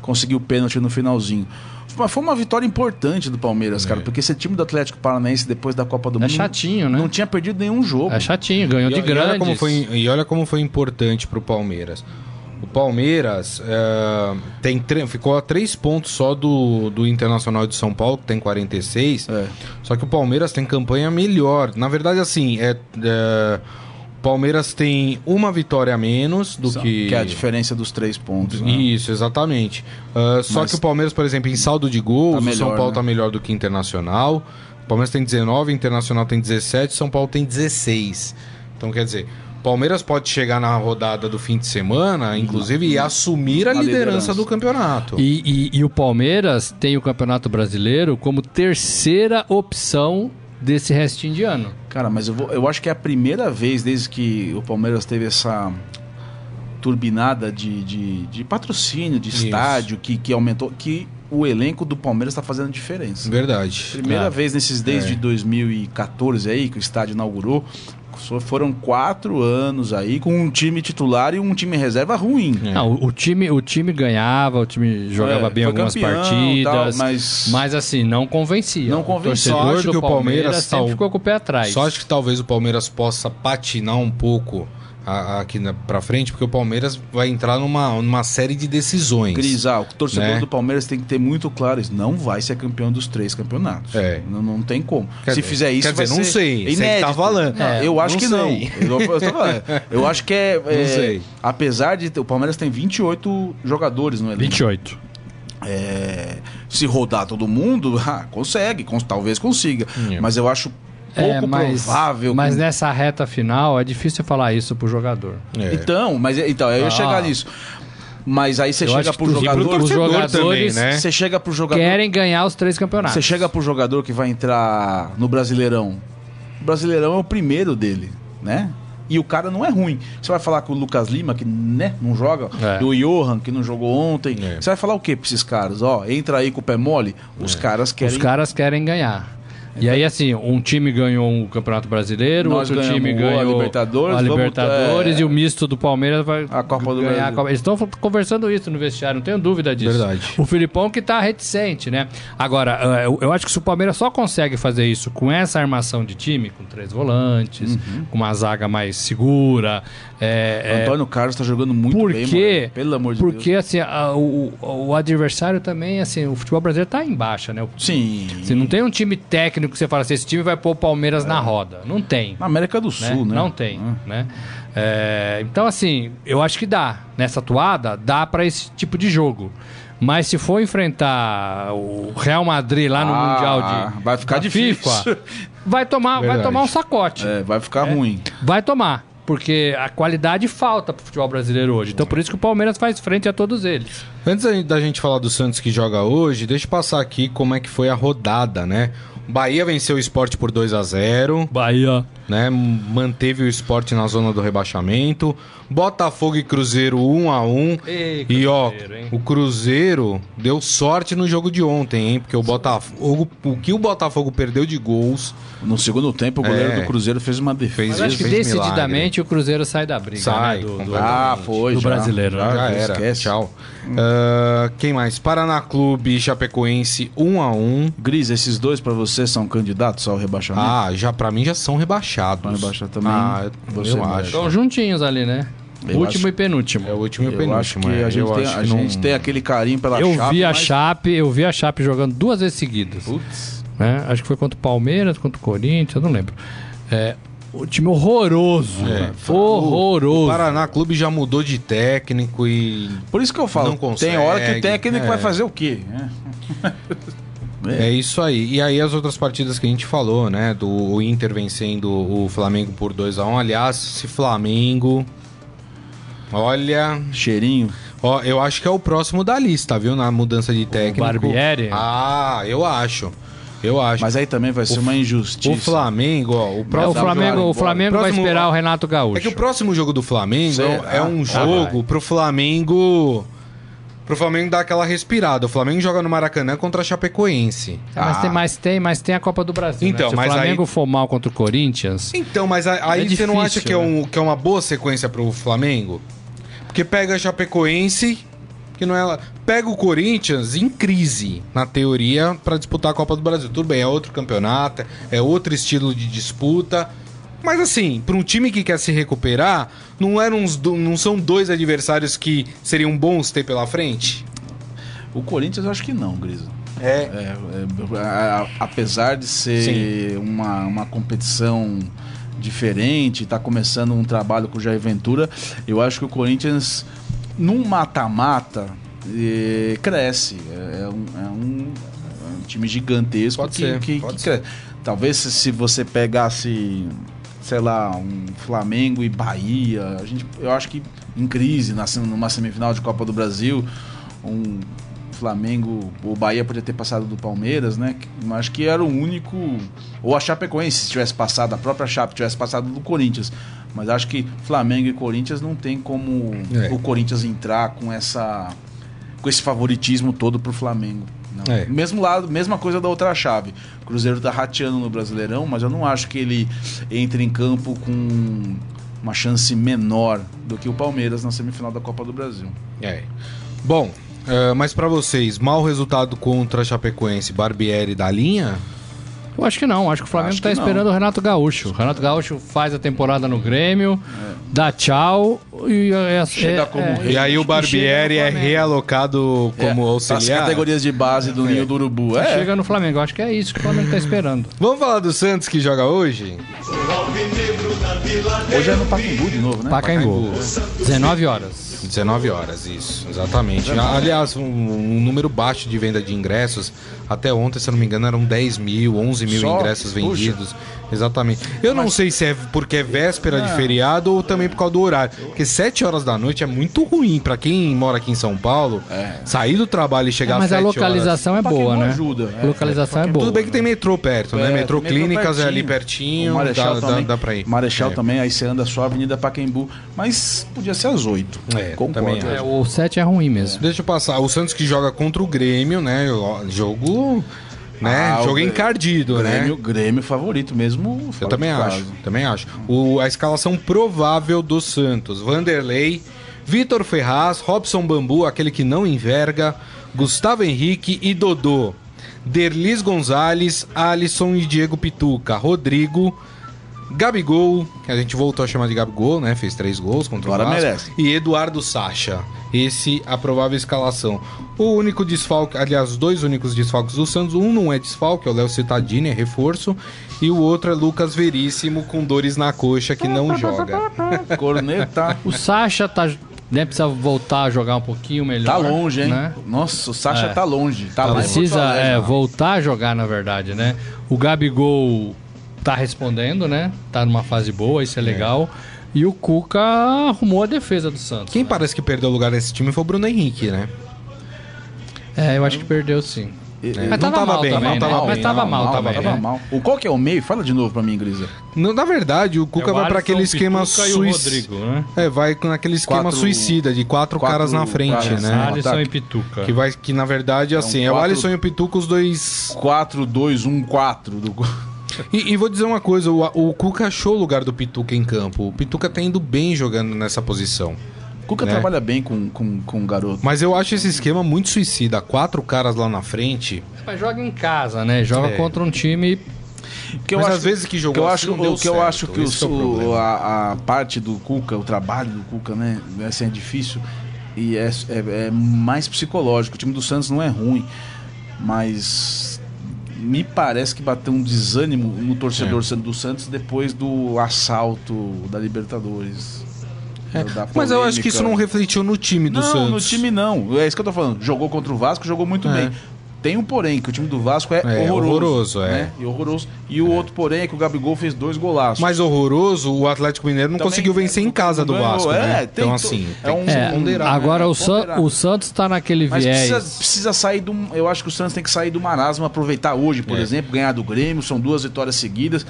conseguir o pênalti no finalzinho. Mas foi uma vitória importante do Palmeiras, cara, porque esse time do Atlético Paranaense depois da Copa do é Mundo chatinho, né? não tinha perdido nenhum jogo. É chatinho, ganhou de E- e olha grande. como foi E olha como foi importante pro Palmeiras. O Palmeiras eh, tem tre- ficou a três pontos só do, do Internacional de São Paulo, que tem 46. É. Só que o Palmeiras tem campanha melhor. Na verdade, assim, é, eh, o Palmeiras tem uma vitória a menos do que. é a diferença dos três pontos. né? Isso, exatamente. Ah, só Mas- que o Palmeiras, por exemplo, em saldo de gols, Tá o São melhor, Paulo né? tá melhor do que o Internacional. O Palmeiras tem 19, o Internacional tem 17, o São Paulo tem 16. Então, quer dizer, o Palmeiras pode chegar na rodada do fim de semana, inclusive, e assumir a, A liderança, liderança. do campeonato. E, e- e o Palmeiras tem o Campeonato Brasileiro como terceira opção desse restinho de ano. Cara, mas eu, vou- eu acho que é a primeira vez desde que o Palmeiras teve essa turbinada de, de, de patrocínio, de Isso. estádio, que, que aumentou, que o elenco do Palmeiras está fazendo diferença. Verdade. Primeira É. vez nesses desde 2014 aí que o estádio inaugurou. so- Foram quatro anos aí com um time titular e um time reserva ruim. É. Não, o, o time, o time ganhava, o time jogava É, bem foi algumas campeão, partidas, tal, mas... mas- assim, não convencia. Não convencia. convencia. O torcedor Só acho do que o Palmeiras, Palmeiras sempre tá o- ficou com o pé É atrás. Só acho que talvez o Palmeiras possa patinar um pouco a- a- aqui na, pra frente, porque o Palmeiras vai entrar numa, numa série de decisões. Grisal, o torcedor Né? do Palmeiras tem que ter muito claro isso. Não vai ser campeão dos três campeonatos. É. Não, não tem como. Quer Se dizer- fizer isso, quer dizer, vai não ser sei, sei que Inédito. tá falando. Ah, É, eu acho não que sei. não. Eu, eu tô falando. Eu acho que é. é, sei. Apesar de. ter- O Palmeiras tem 28 jogadores no elenco. 28. É, se rodar todo mundo, ah, consegue. cons- talvez consiga. É. Mas eu acho pouco é, mas, provável. que- um mas né- nessa reta final é difícil falar isso pro jogador. É. Então, mas então, eu ia Ah. chegar nisso. Mas aí você Eu chega acho pro que tu- e pro jogador. torcedor jogadores também, né? Você chega pro jogador. Querem ganhar os três campeonatos. Você chega pro jogador que vai entrar no Brasileirão. O Brasileirão é o primeiro dele, né? E o cara não é ruim. Você vai falar com o Lucas Lima, que né, não joga, É. do Johan, que não jogou ontem. É. É. Você vai falar o quê pra esses caras? Ó, entra aí com o pé mole. Os caras querem. Os caras querem ganhar. E aí, assim, um time ganhou o Campeonato Brasileiro, Nós outro time ganhamos um ganhou a Libertadores, a vamos, Libertadores é, e o misto do Palmeiras vai a Copa do ganhar a Brasil. Copa. Eles estão conversando isso no vestiário, não tenho dúvida disso. Verdade. O Filipão que tá reticente, né? Agora, eh, eu- eu acho que se o Palmeiras só consegue fazer isso com essa armação de time, com três volantes, com uma zaga mais segura, é, é, Uhum. Antônio Carlos tá jogando muito bem, porque, mano. Pelo amor de porque, Deus. assim, a- o, o- o adversário também, assim, o futebol brasileiro tá em baixa, né? O- Sim. Você não tem um time técnico que você fala assim, esse time vai pôr o Palmeiras na roda. Não tem. Na América do né? Sul, né? Não tem, né? É, então, assim, eu acho que dá. Nessa toada, dá pra esse tipo de jogo. Mas se for enfrentar o Real Madrid lá no Ah, Mundial de vai ficar da difícil. FIFA, vai tomar, vai Verdade. tomar um sacote. É, vai ficar ruim. Vai tomar. Porque a qualidade falta pro futebol brasileiro hoje. Então por isso que o Palmeiras faz frente a todos eles. Antes da- da gente falar do Santos que joga hoje, deixa eu passar aqui como é que foi a rodada, né? Bahia venceu o esporte por 2 a 0 Bahia. né? Manteve o esporte na zona do rebaixamento. Botafogo e Cruzeiro 1 a 1 Ei, E ó, Cruzeiro, hein? o Cruzeiro deu sorte no jogo de ontem, hein? Porque o Botafogo, o que o Botafogo perdeu de gols, No segundo tempo, o goleiro É. do Cruzeiro fez uma Fez defesa. Mas acho que Fez decididamente milagre. o Cruzeiro sai da briga, Sai, né? Do, do, completamente. Ah, foi. do já. brasileiro, né? já, já era. Ah, esquece. Tchau. Ah, quem mais? Paraná Clube e Chapecoense 1 a 1. Gris, esses dois pra você são candidatos ao rebaixamento? Ah, já para mim já são rebaixados. Vai rebaixar Né? também. Ah, Você eu merece. acho. Estão juntinhos ali, né? Eu Último acho- e penúltimo. É o último e o eu penúltimo. acho que é. a gente, eu tem, acho a que não- gente tem aquele carinho pela eu Chape. vi a mas- Chape, eu vi a Chape jogando duas vezes seguidas. Putz. né? Acho que foi contra o Palmeiras, contra o Corinthians, eu não lembro. É, o time horroroso. né? É, O Horroroso. Paraná Clube já mudou de técnico e Por isso que eu falo, Não consegue, tem hora que o técnico é. vai fazer o quê? né? é isso aí. E aí as outras partidas que a gente falou, né? Do o Inter vencendo o Flamengo por 2 a 1 Aliás, esse Flamengo. Olha, Cheirinho. ó, eu acho que é o próximo da lista, viu? Na mudança de técnico. Barbieri? Ah, eu acho. Eu acho. Mas aí também vai ser uma injustiça. o Flamengo, ó, o É, próximo. o Flamengo, o embora. Flamengo vai Próximo- esperar o Renato Gaúcho. É que o próximo jogo do Flamengo é um- Será? é um jogo pro Flamengo. Pro Flamengo dar aquela respirada. O Flamengo joga no Maracanã contra a Chapecoense. É, mas, Ah. tem, mas, tem, mas tem a Copa do Brasil. né? Então, Se mas o aí- Flamengo for mal contra o Corinthians, Então, mas a- aí você não difícil, acha que é, um, que é uma boa sequência pro Flamengo? Porque pega a Chapecoense, que não é ela. Pega o Corinthians em crise, na teoria, pra disputar a Copa do Brasil. Tudo bem, é outro campeonato, é outro estilo de disputa. Mas assim, pra um time que quer se recuperar, não, eram uns do- não são dois adversários que seriam bons ter pela frente? O Corinthians eu acho que não, Grisa. É. É, é, a- a- apesar de ser uma, uma competição diferente, tá começando um trabalho com o Jair Ventura, eu acho que o Corinthians, num mata-mata, eh, cresce. É, é um, é um- é um time gigantesco Pode que, ser, que- pode que cresce. Talvez se, se você pegasse, sei lá, um Flamengo e Bahia, a gente, eu acho que em crise, na sem- numa semifinal de Copa do Brasil, um Flamengo, o Bahia podia ter passado do Palmeiras, né? Que- mas Acho que era o único. Ou a Chapecoense, se tivesse passado, a própria Chape tivesse passado do Corinthians. Mas acho que Flamengo e Corinthians não tem como É. o Corinthians entrar com essa. com esse favoritismo todo pro Flamengo. né? não. É. Mesmo lado, mesma coisa da outra chave. O Cruzeiro tá rateando no Brasileirão, mas eu não acho que ele entre em campo com uma chance menor do que o Palmeiras na semifinal da Copa do Brasil. É. Bom, eh, mas pra vocês, mau resultado contra a Chapecoense, Barbieri da linha? Eu acho que não, acho que o Flamengo Acho tá que não. esperando o Renato Gaúcho. O Renato Gaúcho faz a temporada no Grêmio, É. dá tchau e é, Chega é- como é- rei. E aí o chega Barbieri no é Flamengo. realocado como As auxiliar. É, categorias de base do Ninho do Urubu. É. Chega no Flamengo, Eu acho que é isso que o Flamengo tá esperando. Vamos falar do Santos que joga hoje? Sou alvinegro da Vila Hoje é no Delfim. Pacaembu de novo, né? Pacaembu. 19 horas. 19 horas, isso, exatamente. Aliás, um, um número baixo de venda de ingressos. Até ontem, se eu não me engano, eram 10 mil, 11 mil Só? ingressos Puxa. vendidos. Exatamente. Eu não sei se é porque é véspera de feriado ou também por causa do horário. Porque 7 horas da noite é muito ruim pra quem mora aqui em São Paulo. Sair do trabalho e chegar É, às mas a 7 horas. localização é Pacaembu boa, né? ajuda, A é. localização é boa. Tudo bem que tem metrô perto, né? É, Metrô tem metrô Clínicas é ali O pertinho, Marechal dá, dá, também. dá pra ir. Marechal É. também, aí você anda só a Avenida Pacaembu. Mas podia ser às 8. É, também Concordo. acho. É, o 7 é ruim mesmo. Deixa eu passar. O Santos que joga contra o Grêmio, né? Jogo né? Ah, o Jogo Grêmio- encardido, né? Grêmio, Grêmio favorito mesmo. Eu fora também de acho, casa. também acho. O, a escalação provável do Santos: Vanderlei, Vitor Ferraz, Robson Bambu, aquele que não enverga, Gustavo Henrique e Dodô. Derlis Gonzalez, Alisson e Diego Pituca, Rodrigo, Gabigol, que a gente voltou a chamar de Gabigol, né? Fez três gols contra Agora o Vasco. merece. E Eduardo Sacha. Esse a provável escalação. O único desfalque, aliás, os dois únicos desfalques do Santos, um não é desfalque, é o Léo Cittadini, é reforço, e o outro é Lucas Veríssimo com dores na coxa que não joga. Corneta. O Sacha tá, né, precisa voltar a jogar um pouquinho melhor. Tá longe, hein? né? Nossa, o Sacha tá longe. Tá lá em Porto Precisa Alegre, é, mano. voltar a jogar, na verdade, né? O Gabigol tá respondendo, né? Tá numa fase boa, isso é legal. E o Cuca arrumou a defesa do Santos. Quem parece que perdeu lugar nesse time foi o Bruno Henrique, né? É, eu acho que perdeu sim. É. Não Mas tava, tava mal bem, também, não né? tava Mas bem, tava não, mal tava, também, tava né? mal. O, qual que é o meio? Fala de novo pra mim, Grisa. Não, na verdade, o Cuca É o vai para aquele Alisson, esquema Pituca e o suicida. Rodrigo, né? É, vai com aquele esquema Quatro- suicida de quatro, quatro caras na frente, caras, né? né? Alisson ataque. e Pituca. Que vai que na um verdade assim, é o quatro- Alisson e o Pituca os dois 4, 2, 1, 4. um Do... E, e vou dizer uma coisa, o, o Cuca achou o lugar do Pituca em campo. O Pituca tá indo bem jogando nessa posição. O Cuca Né? trabalha bem com, com, com o garoto. Mas eu acho esse esquema muito suicida. Quatro caras lá na frente. Mas joga em casa, né? Joga É. contra um time. Porque eu Mas acho- às vezes que jogou que eu assim acho, não deu o que eu certo, acho que o, esse que é o problema. a, a parte do Cuca, o trabalho do Cuca, né? Assim, é difícil e é, é- é mais psicológico. O time do Santos não é ruim, mas me parece que bateu um desânimo no torcedor É. san- do Santos depois do assalto da Libertadores. da- é, da É, Mas eu acho que isso não polêmica. refletiu no time do não, Santos. no time não. É isso que eu tô falando. Jogou contra o Vasco, jogou muito É. bem. Tem um porém, que o time do Vasco é, É, horroroso. horroroso, é. né? E horroroso. E o outro porém é que o Gabigol fez dois golaços. Mais horroroso, o Atlético Mineiro não Também, conseguiu é, vencer em não- casa do não ganhou. Vasco, né? É, tem então to- assim, é um- tem que É, ponderar. né? Agora né? o, San- Ponderar. o Santos tá naquele Mas viés. precisa, precisa sair do. Eu acho que o Santos tem que sair do marasmo, aproveitar hoje, É. por exemplo, ganhar do Grêmio, são duas vitórias seguidas.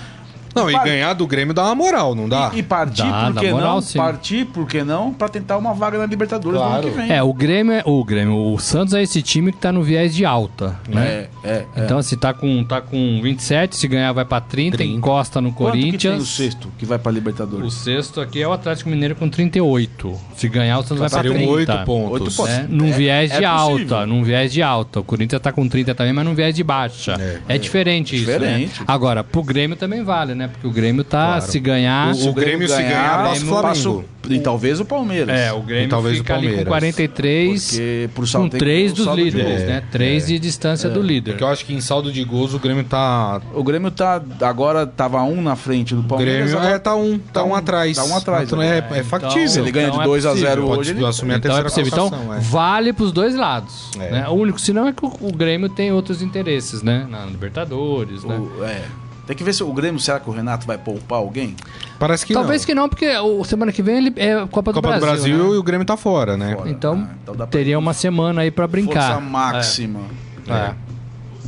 Não, e par- ganhar do Grêmio dá uma moral, não dá? E partir, Dá, por dá que moral, não? sim. Partir, por que não? Pra tentar uma vaga na Libertadores no ano que vem. É, o Grêmio, é- o Grêmio, o Santos é esse time que tá no viés de alta, né? é. é. Então, se tá com, tá com 27, se ganhar vai pra 30, 30. encosta no Quanto que tem o Corinthians. sexto que vai pra O Libertadores? sexto aqui é o Atlético Mineiro com 38. Se ganhar, o Santos vai pra Seriam 30. oito pontos. Tá Oito pontos. Né? Num É- viés é de possível. alta, num viés de alta. O Corinthians tá com 30 também, mas num viés de baixa. É, diferente isso, né? Diferente. Agora, pro Grêmio também vale, né? Porque o Grêmio tá, se ganhar... O- o Grêmio se ganhar, passa o Flamengo. passa o- e talvez o Palmeiras. É, o Grêmio E talvez fica o ali com Palmeiras. 43, Porque pro saldo com tem que ter 3 o dos saldo de líderes, gols. né? 3 de distância do líder. É. Porque eu acho que em saldo de gols o Grêmio tá. O Grêmio tá agora tava um na frente do O Palmeiras. Grêmio agora é, tá um, tá um atrás. tá um atrás, É, né? é factível. ele ganha de é 2 a possível. 0 hoje, né? Pode ele- assumir a Então é terceira possível. Então, colocação, é. vale pros dois lados. É. Né? O único sinal é que o, o Grêmio tem outros interesses, né? Na Libertadores, né? O- é. Tem que ver se o Grêmio, será que o Renato vai poupar alguém? Parece é. que Talvez não. que não, porque o, semana que vem ele, é a Copa do Copa do Brasil. Brasil né? e o Grêmio tá fora, né? Fora. Então, Ah, então dá pra- teria uma semana aí pra brincar. Força máxima. É.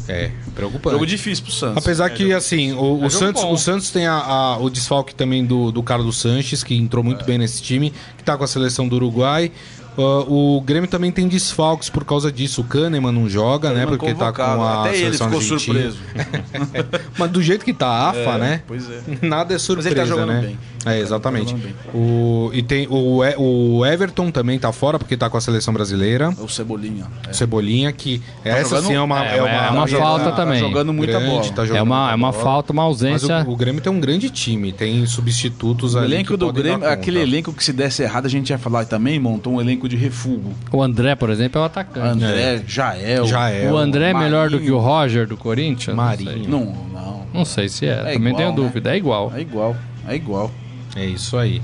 É, preocupante. Jogo difícil pro Santos. Apesar que, assim, o, o jogo Santos, bom. o Santos tem a- a- o desfalque também do, do Carlos Sanches, que entrou muito bem nesse time, que tá com a seleção do Uruguai. Ah, o Grêmio também tem desfalques por causa disso. O Kahneman não joga, né? Kahneman Porque tá com convocado. a Até ele seleção ficou argentina. surpreso. Mas do jeito que tá a AFA, né? Pois é. Nada é surpresa, ele tá jogando né? bem. É, exatamente. Tá jogando O, e tem o, E- o Everton também tá fora porque tá com a seleção brasileira. O Cebolinha. É. Tá Cebolinha que essa jogando- sim é uma é, é uma jogada falta também. Tá jogando muita grande, bola. tá jogando É uma, é uma bola. falta, uma Mas ausência. o, o Grêmio tem um grande time, tem substitutos O ali. elenco que do podem dar Grêmio, é conta. aquele elenco que se desse errado, a gente ia falar e também montou um elenco de refúgio. O André, por exemplo, é o atacante. André, Jael. Jael. É, o o André é melhor do Marinho. que o Roger do Corinthians? Não sei. Marinho. Não, não. Não sei se é. É Também igual, tenho né? dúvida. É igual. É igual, é igual. É isso aí.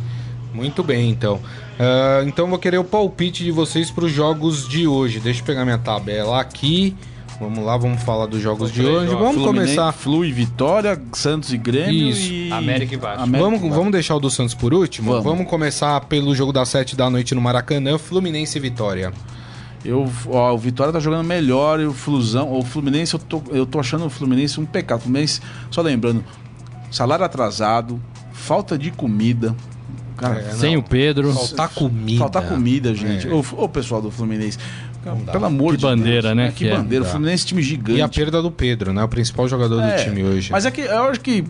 Muito bem, então. Ah, então vou querer o palpite de vocês para os jogos de hoje. Deixa eu pegar minha tabela aqui. Vamos lá, vamos falar dos jogos de hoje. Vamos Fluminense, começar. Flu e Vitória, Santos e Grêmio Isso, e... América e Vasco. América Vamos, e Vasco. vamos deixar o do Santos por último? Vamos. Vamos, começar pelo jogo das 7 da noite no Maracanã, Fluminense e Vitória. Eu, ó, o Vitória tá jogando melhor e o Flusão, o Fluminense, eu tô, eu tô achando o Fluminense um pecado. O Fluminense, só lembrando, salário atrasado, falta de comida. Cara, Sem o Pedro. Faltar É, né? comida. É. Faltar comida, gente. Ô, f- ô, pessoal do Fluminense. Cara, Pelo amor Que de bandeira, Deus, né, Que, que é. bandeira. Tá. O Fluminense é um time gigante. E a perda do Pedro, né? O principal jogador do É, time hoje. Mas é que eu acho que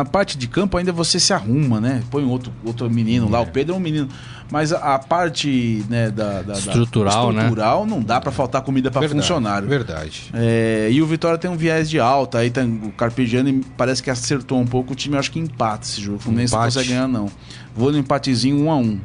a parte de campo ainda você se arruma, né? Põe um outro, outro menino lá, o Pedro é um menino. Mas a, a parte né, da, da- da- Estrutural, né? estrutural não dá pra faltar comida pra Verdade, funcionário. Verdade. É, e o Vitória tem um viés de alta, aí tá, o Carpegiani parece que acertou um pouco, o time acho que empata esse jogo. O Fluminense não Empate. consegue ganhar, não. Vou no empatezinho 1 a 1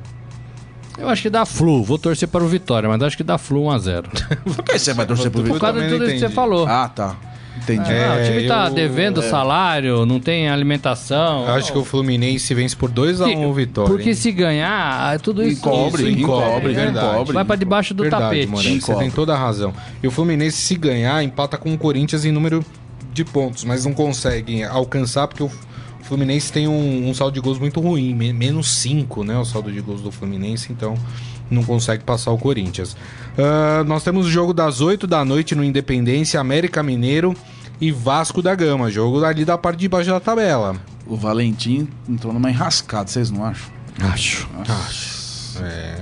Eu acho que dá flu. Vou torcer para o Vitória, mas acho que dá flu 1x0. Por que você vai torcer pro Eu Por Vitória? causa de também tudo não isso que você entendi. falou. Ah, tá. Entendi. É, Ah, o time tá eu- é. devendo salário, não tem alimentação. Eu acho que o Fluminense vence por 2x1 o Vitória. Porque hein? se ganhar, ah, tudo isso Encobre, isso encobre, né? verdade. Vai pra debaixo do Verdade, tapete. Moreira, você Cobre. tem toda a razão. E o Fluminense, se ganhar, empata com o Corinthians em número de pontos, mas não consegue alcançar porque o Fluminense tem um, um saldo de gols muito ruim, me- menos 5, né? O saldo de gols do Fluminense, então não consegue passar o Corinthians. Ah, nós temos o jogo das 8 da noite no Independência, América Mineiro e Vasco da Gama. Jogo ali da parte de baixo da tabela. O Valentim entrou numa enrascada, vocês não acham? Acho. Nossa. É.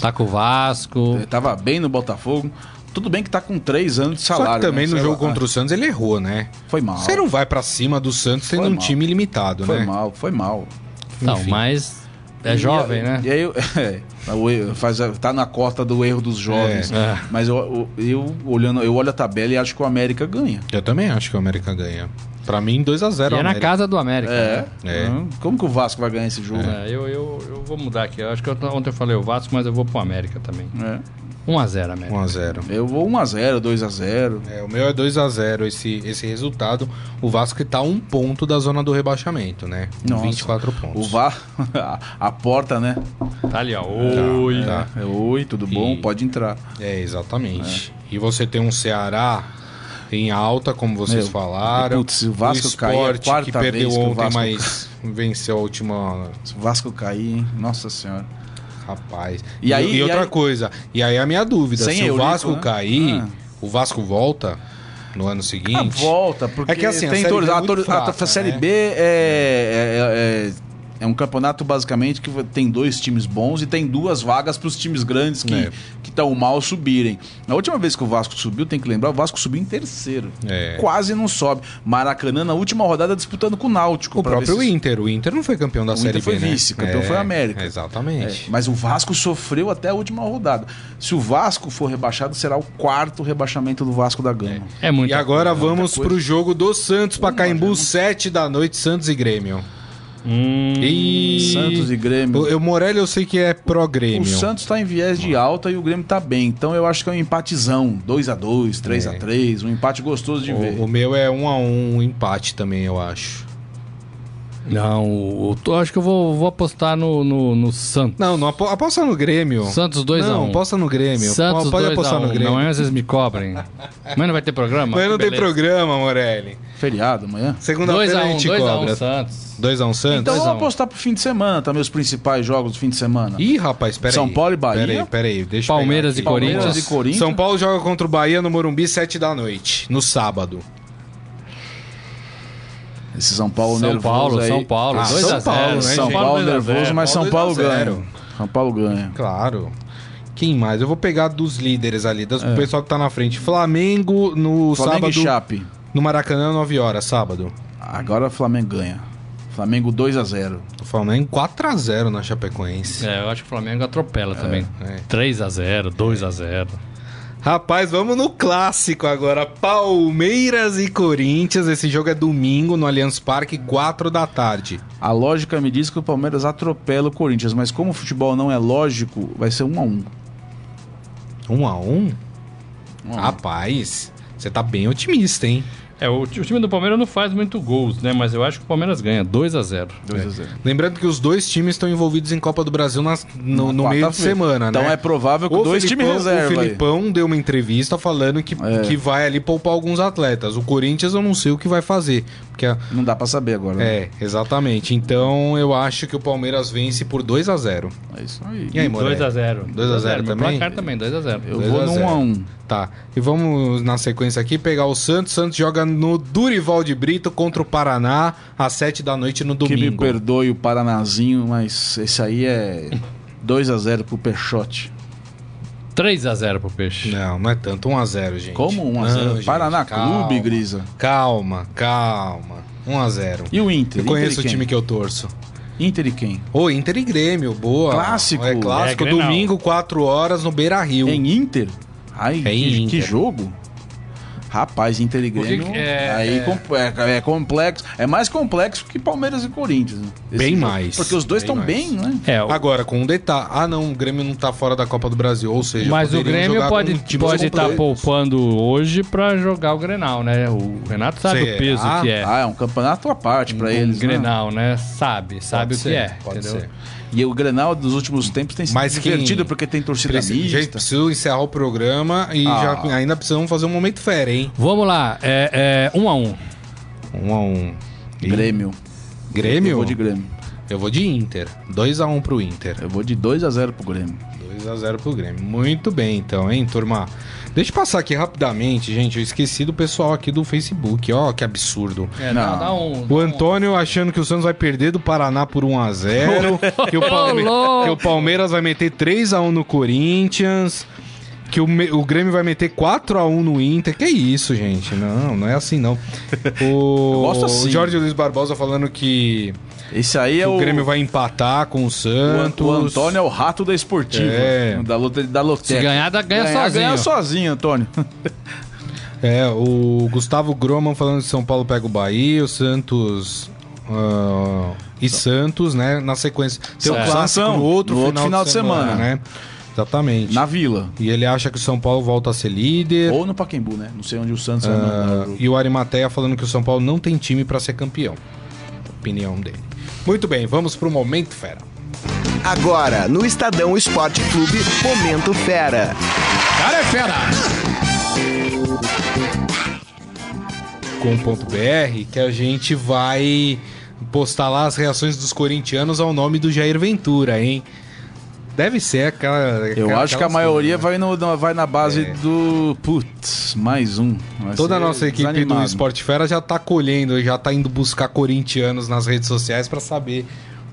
Tá com o Vasco. Ele tava bem no Botafogo. Tudo bem que tá com 3 anos de salário. Só que também né? no Sei jogo lá. contra o Santos ele errou, né? Foi mal. Você não vai pra cima do Santos tendo Foi um mal. time limitado, Foi né? mal, foi mal. Não, enfim. mas é E- jovem, né? E aí, eu- é, o erro- faz, a- tá na cota do erro dos jovens. É. Mas eu, eu, eu olhando, eu olho a tabela e acho que o América ganha. Eu também acho que o América ganha. Pra mim, 2x0 E é na América. casa do América. É. né? É. Hum, Como que o Vasco vai ganhar esse jogo? É, eu, eu, eu vou mudar aqui. Eu acho que eu- ontem eu falei o Vasco, mas eu vou pro América também. É. 1x0, América. 1x0. Eu vou 1x0, 2x0. É, o meu é 2x0 esse, esse resultado. O Vasco que tá a um ponto da zona do rebaixamento, né? Com Nossa. 24 O pontos. VAR, a, a porta, né? Tá ali, ó. Oi. Um Tá. É, oi, tudo bom? Pode entrar. É, exatamente. É. E você tem um Ceará em alta, como vocês Meu, falaram. putz, o Vasco Sport, caiu, é a quarta que perdeu vez que o ontem, Vasco- mas venceu a última Se o Vasco cair, hein? Nossa senhora. Rapaz. E aí- e, e outra aí- coisa, e aí a minha dúvida, Sem se o Eurico, Vasco né? cair, Ah. o Vasco volta no ano seguinte? Ah, volta, porque É que assim, a tem Série todos- B é a muito todos- a fraca, Série né? B é, é- é- é um campeonato basicamente que tem dois times bons e tem duas vagas para os times grandes que É. estão mal subirem. Na última vez que o Vasco subiu, tem que lembrar, o Vasco subiu em terceiro. É. Quase não sobe. Maracanã na última rodada disputando com o Náutico. O pra ver próprio se- Inter, o Inter não foi campeão da O Série Inter foi B, né? vice, campeão foi a América. Exatamente. É, mas o Vasco sofreu até a última rodada. Se o Vasco for rebaixado, será o quarto rebaixamento do Vasco da Gama. É muito. E agora vamos coisa. Hum, pro jogo do Santos, Pacaembu, já não- 7 da noite, Santos e Grêmio. Hum, E... Santos e Grêmio. O, eu, Morelli eu sei que é pró-Grêmio. O Santos tá em viés de alta e o Grêmio tá bem. Então eu acho que é um empatezão. 2x2, 3x3, um empate gostoso de ver. O, o meu é 1x1, um a um, um empate também, eu acho. Não, o- eu acho que eu vou, vou apostar no, no, no Santos. Não, não apo- aposta no Grêmio. Santos 2x1. Não, aposta no Grêmio. Santos Pode 2 a apostar 1. no Grêmio. Amanhã vocês me cobrem. Mas não vai ter programa? Mas não Que tem beleza. programa, Morelli. Feriado amanhã. Segunda-feira a, 2x1, gente 2x1 cobra. Santos. 2x1 Santos? Então Dois vamos a um. apostar pro fim de semana, tá? Meus principais jogos do fim de semana. Ih, rapaz, peraí. São Paulo e Bahia. Peraí, peraí. Deixa eu Palmeiras pegar e aqui. Palmeiras Corinthians. e Corinthians. São Paulo joga contra o Bahia no Morumbi, 7 da noite, no sábado. Esse São Paulo São nervoso Paulo, aí. São Paulo, Ah, 2 a São Paulo, 0. né, São gente? Paulo 2 a 0. nervoso, mas São Paulo Paulo 2 a ganha. 0. São Paulo ganha. Claro. Quem mais? Eu vou pegar dos líderes ali, das- do pessoal que tá na frente. Flamengo no É. Flamengo e sábado, Chape. no Maracanã, 9 horas, sábado. Agora o Flamengo ganha. Flamengo 2x0. O Flamengo 4x0 na Chapecoense. É, eu acho que o Flamengo atropela também. é. 3x0, 2x0. Rapaz, vamos no clássico agora. Palmeiras e Corinthians. Esse jogo é domingo no Allianz Parque, 4 da tarde. A lógica me diz que o Palmeiras atropela o Corinthians, mas como o futebol não é lógico, vai ser 1x1. Um a Um a um? um. Ah, Rapaz, você tá bem otimista, hein? É, o, ti- o time do Palmeiras não faz muito gols, né? Mas eu acho que o Palmeiras ganha 2x0. 2x0. Lembrando que os dois times estão envolvidos em Copa do Brasil nas- no, no meio de semana, Tá então né? é provável que O dois Felipão, times reserva. o aí. É. Felipão deu uma entrevista falando que, que vai ali poupar alguns atletas. O Corinthians eu não sei o que vai fazer. Porque a- Não dá pra saber agora. né? É, exatamente. Então eu acho que o Palmeiras vence por 2 a 0 É isso aí. E aí, Morelli? 2x0. 2x0 Meu também? placar também, 2x0. Eu Dois vou um. a no zero. 1x1. Tá. E vamos na sequência aqui pegar o Santos. Santos joga no Durival de Brito contra o Paraná às 7 da noite no Que me domingo. perdoe o Paranazinho, mas esse aí é 2 a 0 pro Peixote. 3x0 pro Peixe. Não, não é tanto. 1x0, gente. Como 1 a Não, 0 gente, Paraná calma. Clube, Grisa. Calma, calma. 1x0. E o Inter? Eu conheço o Inter e time quem? que eu torço. Inter e quem? Ô, Inter e Grêmio, boa. Clássico. É clássico, É, Grenal. domingo, 4 horas, no Beira Rio. Em Inter? Ai, É em que, Inter. que jogo? Rapaz, Inter e Grêmio. que- é- aí é- com- é- é complexo. É mais complexo que Palmeiras e Corinthians. né? Esse Bem jogo. mais. Porque os dois Bem estão mais. bem, né? É, o- Agora, com um detalhe. Ah, não, o Grêmio não tá fora da Copa do Brasil, ou seja, mas o poderiam Grêmio jogar pode tá com estar times completos. poupando hoje pra jogar o Grenal, né? O Renato sabe Será? o peso que é. Ah, é um campeonato à parte pra um eles. né? Grenal, né? Sabe, sabe Pode o que ser, é. pode entendeu? ser. E o Grenal dos últimos tempos tem sido Mas quem- divertido porque tem torcida Preci- Gente, mista. preciso encerrar o programa e Ah. já, ainda precisamos fazer um momento fera, hein? Vamos lá, é, é um a um. Um a um. E- Grêmio. Grêmio? Eu vou de Grêmio. Inter. 2x1 pro Inter. Eu vou de 2 a 0 pro Grêmio. 2x0 pro Grêmio. Muito bem, então, hein, turma? Deixa eu passar aqui rapidamente, gente. Eu esqueci do pessoal aqui do Facebook. Ó, que absurdo. É, Não. dá um. O Antônio achando que o Santos vai perder do Paraná por 1x0. que, o Palme- Ô, louco! que o Palmeiras vai meter 3x1 no Corinthians. Que o, Me- o Grêmio vai meter 4x1 no Inter. Que isso, gente? Não, não é assim, não. O gosto assim. o Jorge Luiz Barbosa falando que, Esse aí que é o o. Grêmio vai empatar com o o An- Santos. o Antônio é o rato da esportiva. É. Da luta da Se loteca. ganhar, dá, ganha sozinho. Ganha sozinho, Antônio. É, o Gustavo Groman falando que São Paulo pega o Bahia, o Santos. ah, e Santos, né? Na sequência. Tem o Certo. clássico Sanção, no outro, no final, outro de semana, né? Exatamente. Na vila. E ele acha que o São Paulo volta a ser líder. Ou no Pacaembu, né? Não sei onde o Santos vai ah, mandar. o jogo. e o Arimateia falando que o São Paulo não tem time pra ser campeão. Opinião dele. Muito bem, vamos pro momento, fera. Agora, no Estadão Esporte Clube, Momento Fera. Cara é fera! Com ponto BR, que a gente vai postar lá as reações dos corintianos ao nome do Jair Ventura, hein? Deve ser aquela. Eu é aquela- acho que a aquelas maioria coisas, né? vai, no, na- vai na base É. do. Putz, mais um. Vai Toda a ser nossa equipe do desanimado. Esporte Fera já tá colhendo, já tá indo buscar corintianos nas redes sociais pra saber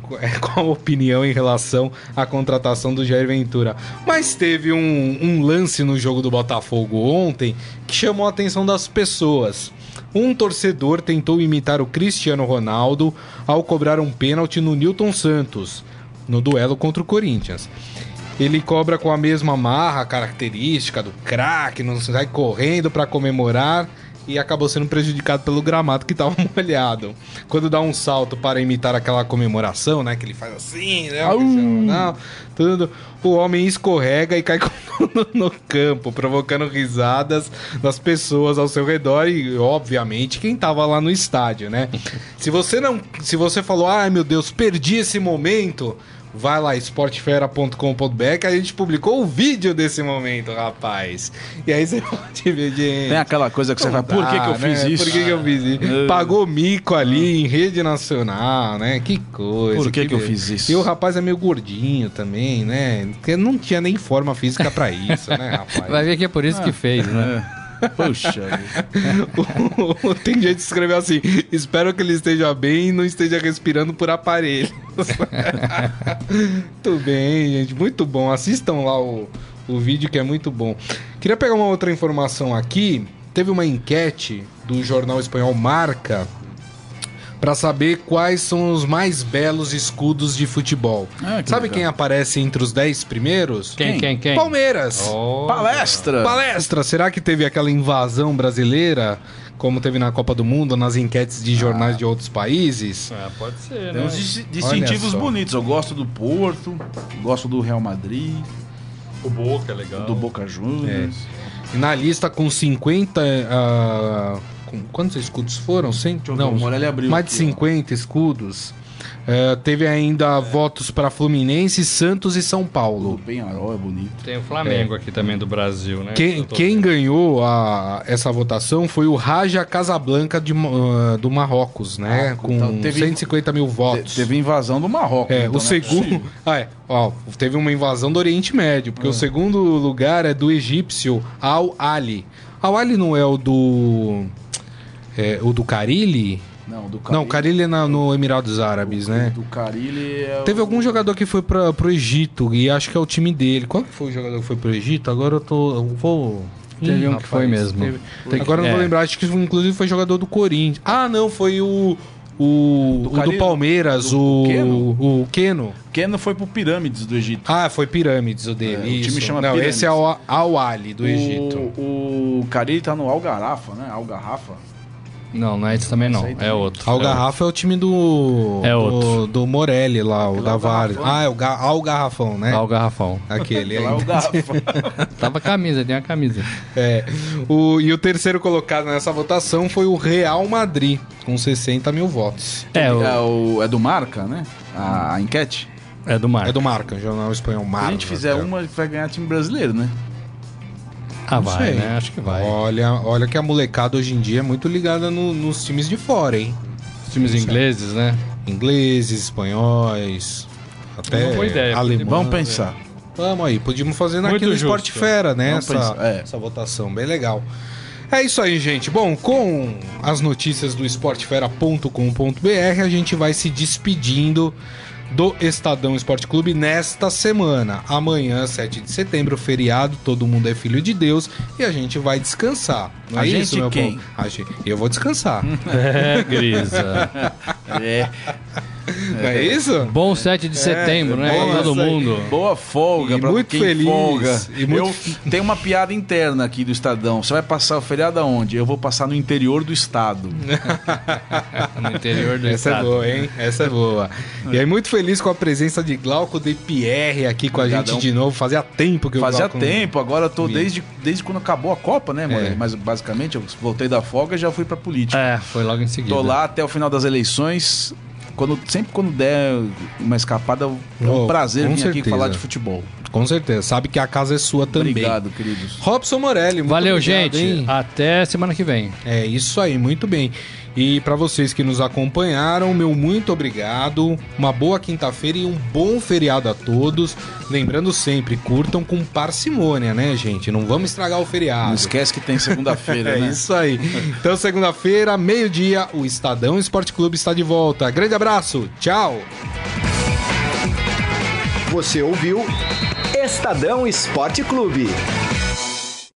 qu- qual a opinião em relação à contratação do Jair Ventura. Mas teve um, um lance no jogo do Botafogo ontem que chamou a atenção das pessoas. Um torcedor tentou imitar o Cristiano Ronaldo ao cobrar um pênalti no Newton Santos, no duelo contra o Corinthians. Ele cobra com a mesma marra característica do craque, não sai correndo pra comemorar e acabou sendo prejudicado pelo gramado que tava molhado. Quando dá um salto para imitar aquela comemoração, né, que ele faz assim, né, o Cristiano Ronaldo, tudo, o homem escorrega e cai com tudo no campo, provocando risadas das pessoas ao seu redor e obviamente quem tava lá no estádio, né? Se você não, se você falou: "Ai, meu Deus, perdi esse momento", Vai lá, esportefera.com.br, que a gente publicou o vídeo desse momento, rapaz. E aí você pode ver, gente. Tem aquela coisa que você fala, por que, que eu Ah, né? fiz isso? Por que, que eu fiz isso? É. Ah. Pagou mico ali em rede nacional, né? Que coisa. Por que que eu be- fiz isso? E o rapaz é meio gordinho também, né? Porque não tinha nem forma física pra isso, né, rapaz? Vai ver que é por Ah. isso que fez, né? É. Puxa. vida. Tem gente que escreveu assim: espero que ele esteja bem e não esteja respirando por aparelhos. muito bem, gente, muito bom. Assistam lá o, o vídeo que é muito bom. Queria pegar uma outra informação aqui. Teve uma enquete do jornal espanhol Marca para saber quais são os mais belos escudos de futebol. Ah, que Sabe legal. quem aparece entre os 10 primeiros? Quem, Quem? quem, quem? Palmeiras. Oh. Palestra! Palestra, será que teve aquela invasão brasileira, como teve na Copa do Mundo, nas enquetes de jornais de outros países? É, pode ser, Tem né? uns dis- distintivos só. bonitos. Eu gosto do Porto, gosto do Real Madrid, O Boca é legal. do Boca Juniors. E na lista com 50. ah, com- quantos escudos foram? 100? eu ver, Não, o Morelli abriu mais de aqui, 50 escudos. Ah, teve ainda votos para Fluminense, Santos e São O Paulo. Penharol é bonito. Tem o Flamengo aqui também do Brasil, É, né? É. Quem, Eu tô quem vendo. ganhou a- essa votação foi o Raja Casablanca de Ma- ah, do Marrocos, né? com então teve- 150 mil Te- votos. teve invasão do Marrocos. É, então, o né? segundo. Ah, é. Ó, teve uma invasão do Oriente Médio, porque o segundo lugar é do egípcio Al Ali. Al Ali não é o do. É, o do Carilli? Não, do Não, o Carilli é na- no Emirados Árabes, né? Do Carilli é o- Teve algum jogador que foi pra, pro Egito e acho que é o time dele. Qual que foi o jogador que foi pro Egito? Agora eu tô. Eu vou. Teve um que foi mesmo. teve- Tem que- Agora eu não vou é. lembrar, acho que inclusive foi jogador do Corinthians. Ah, não, foi o. O o do, Carilli? Palmeiras, Do o, Keno? o Keno. Keno foi pro Pirâmides do Egito. Ah, foi Pirâmides o dele. É, o isso. time chama Não, Pirâmides. esse é o Al-Ali do Egito. O, o Carilli tá no Algarafa, né? Algarrafa. Não, não é esse também não. Esse aí também. É outro. Al É outro. Garrafa é o time do. É do- outro. Do, Morelli lá, o da Vale. Garrafão. né? Ah, é o Ga- Al Garrafão, né? Ah, o garrafão. Aquele aí. é Algarrafa. Tava camisa, tem uma camisa. É. O, e o terceiro colocado nessa votação foi o Real Madrid, com 60 mil votos. É, o- é, o, é do Marca, né? A, a enquete. é do Mar. É do Marca, jornal espanhol Se Marca. a gente fizer uma, vai ganhar time brasileiro, né? Ah, Não vai, sei. né? Acho que vai. Olha, olha que a molecada hoje em dia é muito ligada no- nos times de fora, hein? Os times ingleses, né? Ingleses, espanhóis, até Uma boa ideia. alemão. Vamos pensar. Vamos aí, podíamos fazer naquele Muito justo. Esporte Fera, né? Vamos Essa, pensar, é. essa votação, bem legal. É isso aí, gente. Bom, com as notícias do esportefera.com.br, a gente vai se despedindo do Estadão Esporte Clube nesta semana. Amanhã, 7 de setembro, feriado, todo mundo é filho de Deus e a gente vai descansar. Não A é gente isso, meu quem? povo? A gente- Eu vou descansar. É, Grisa. É. Não é isso? Bom 7 de setembro, né? é Pra todo isso aí. mundo. Boa folga, E pra muito quem feliz, folga. e muito Eu tenho uma piada interna aqui do Estadão. Você vai passar o feriado aonde? Eu vou passar no interior do estado. No interior do Essa é estado. boa, hein? Essa é boa. E aí, muito feliz com a presença de Glauco de Pierre aqui com a Obrigadão. gente de novo. Fazia tempo que eu Fazia Glauco não- tempo, agora eu tô Vi. desde, desde quando acabou a Copa, né, mano? É. Mas basicamente eu voltei da folga e já fui pra política. É, foi logo em seguida. Tô lá até o final das eleições. Quando, sempre quando der uma escapada, é um Oh, prazer com vir aqui certeza. falar de futebol. Com certeza. Sabe que a casa é sua também. Obrigado, queridos. Robson Morelli, muito Valeu, obrigado, gente. hein? Até semana que vem. É isso aí, muito bem. E pra vocês que nos acompanharam, meu muito obrigado. Uma boa quinta-feira e um bom feriado a todos. Lembrando sempre, curtam com parcimônia, né, gente? Não vamos estragar o feriado. Não esquece que tem segunda-feira, Ah, É né? isso aí. Então, segunda-feira, meio-dia, o Estadão Esporte Clube está de volta. Grande abraço, tchau! Você ouviu Estadão Esporte Clube.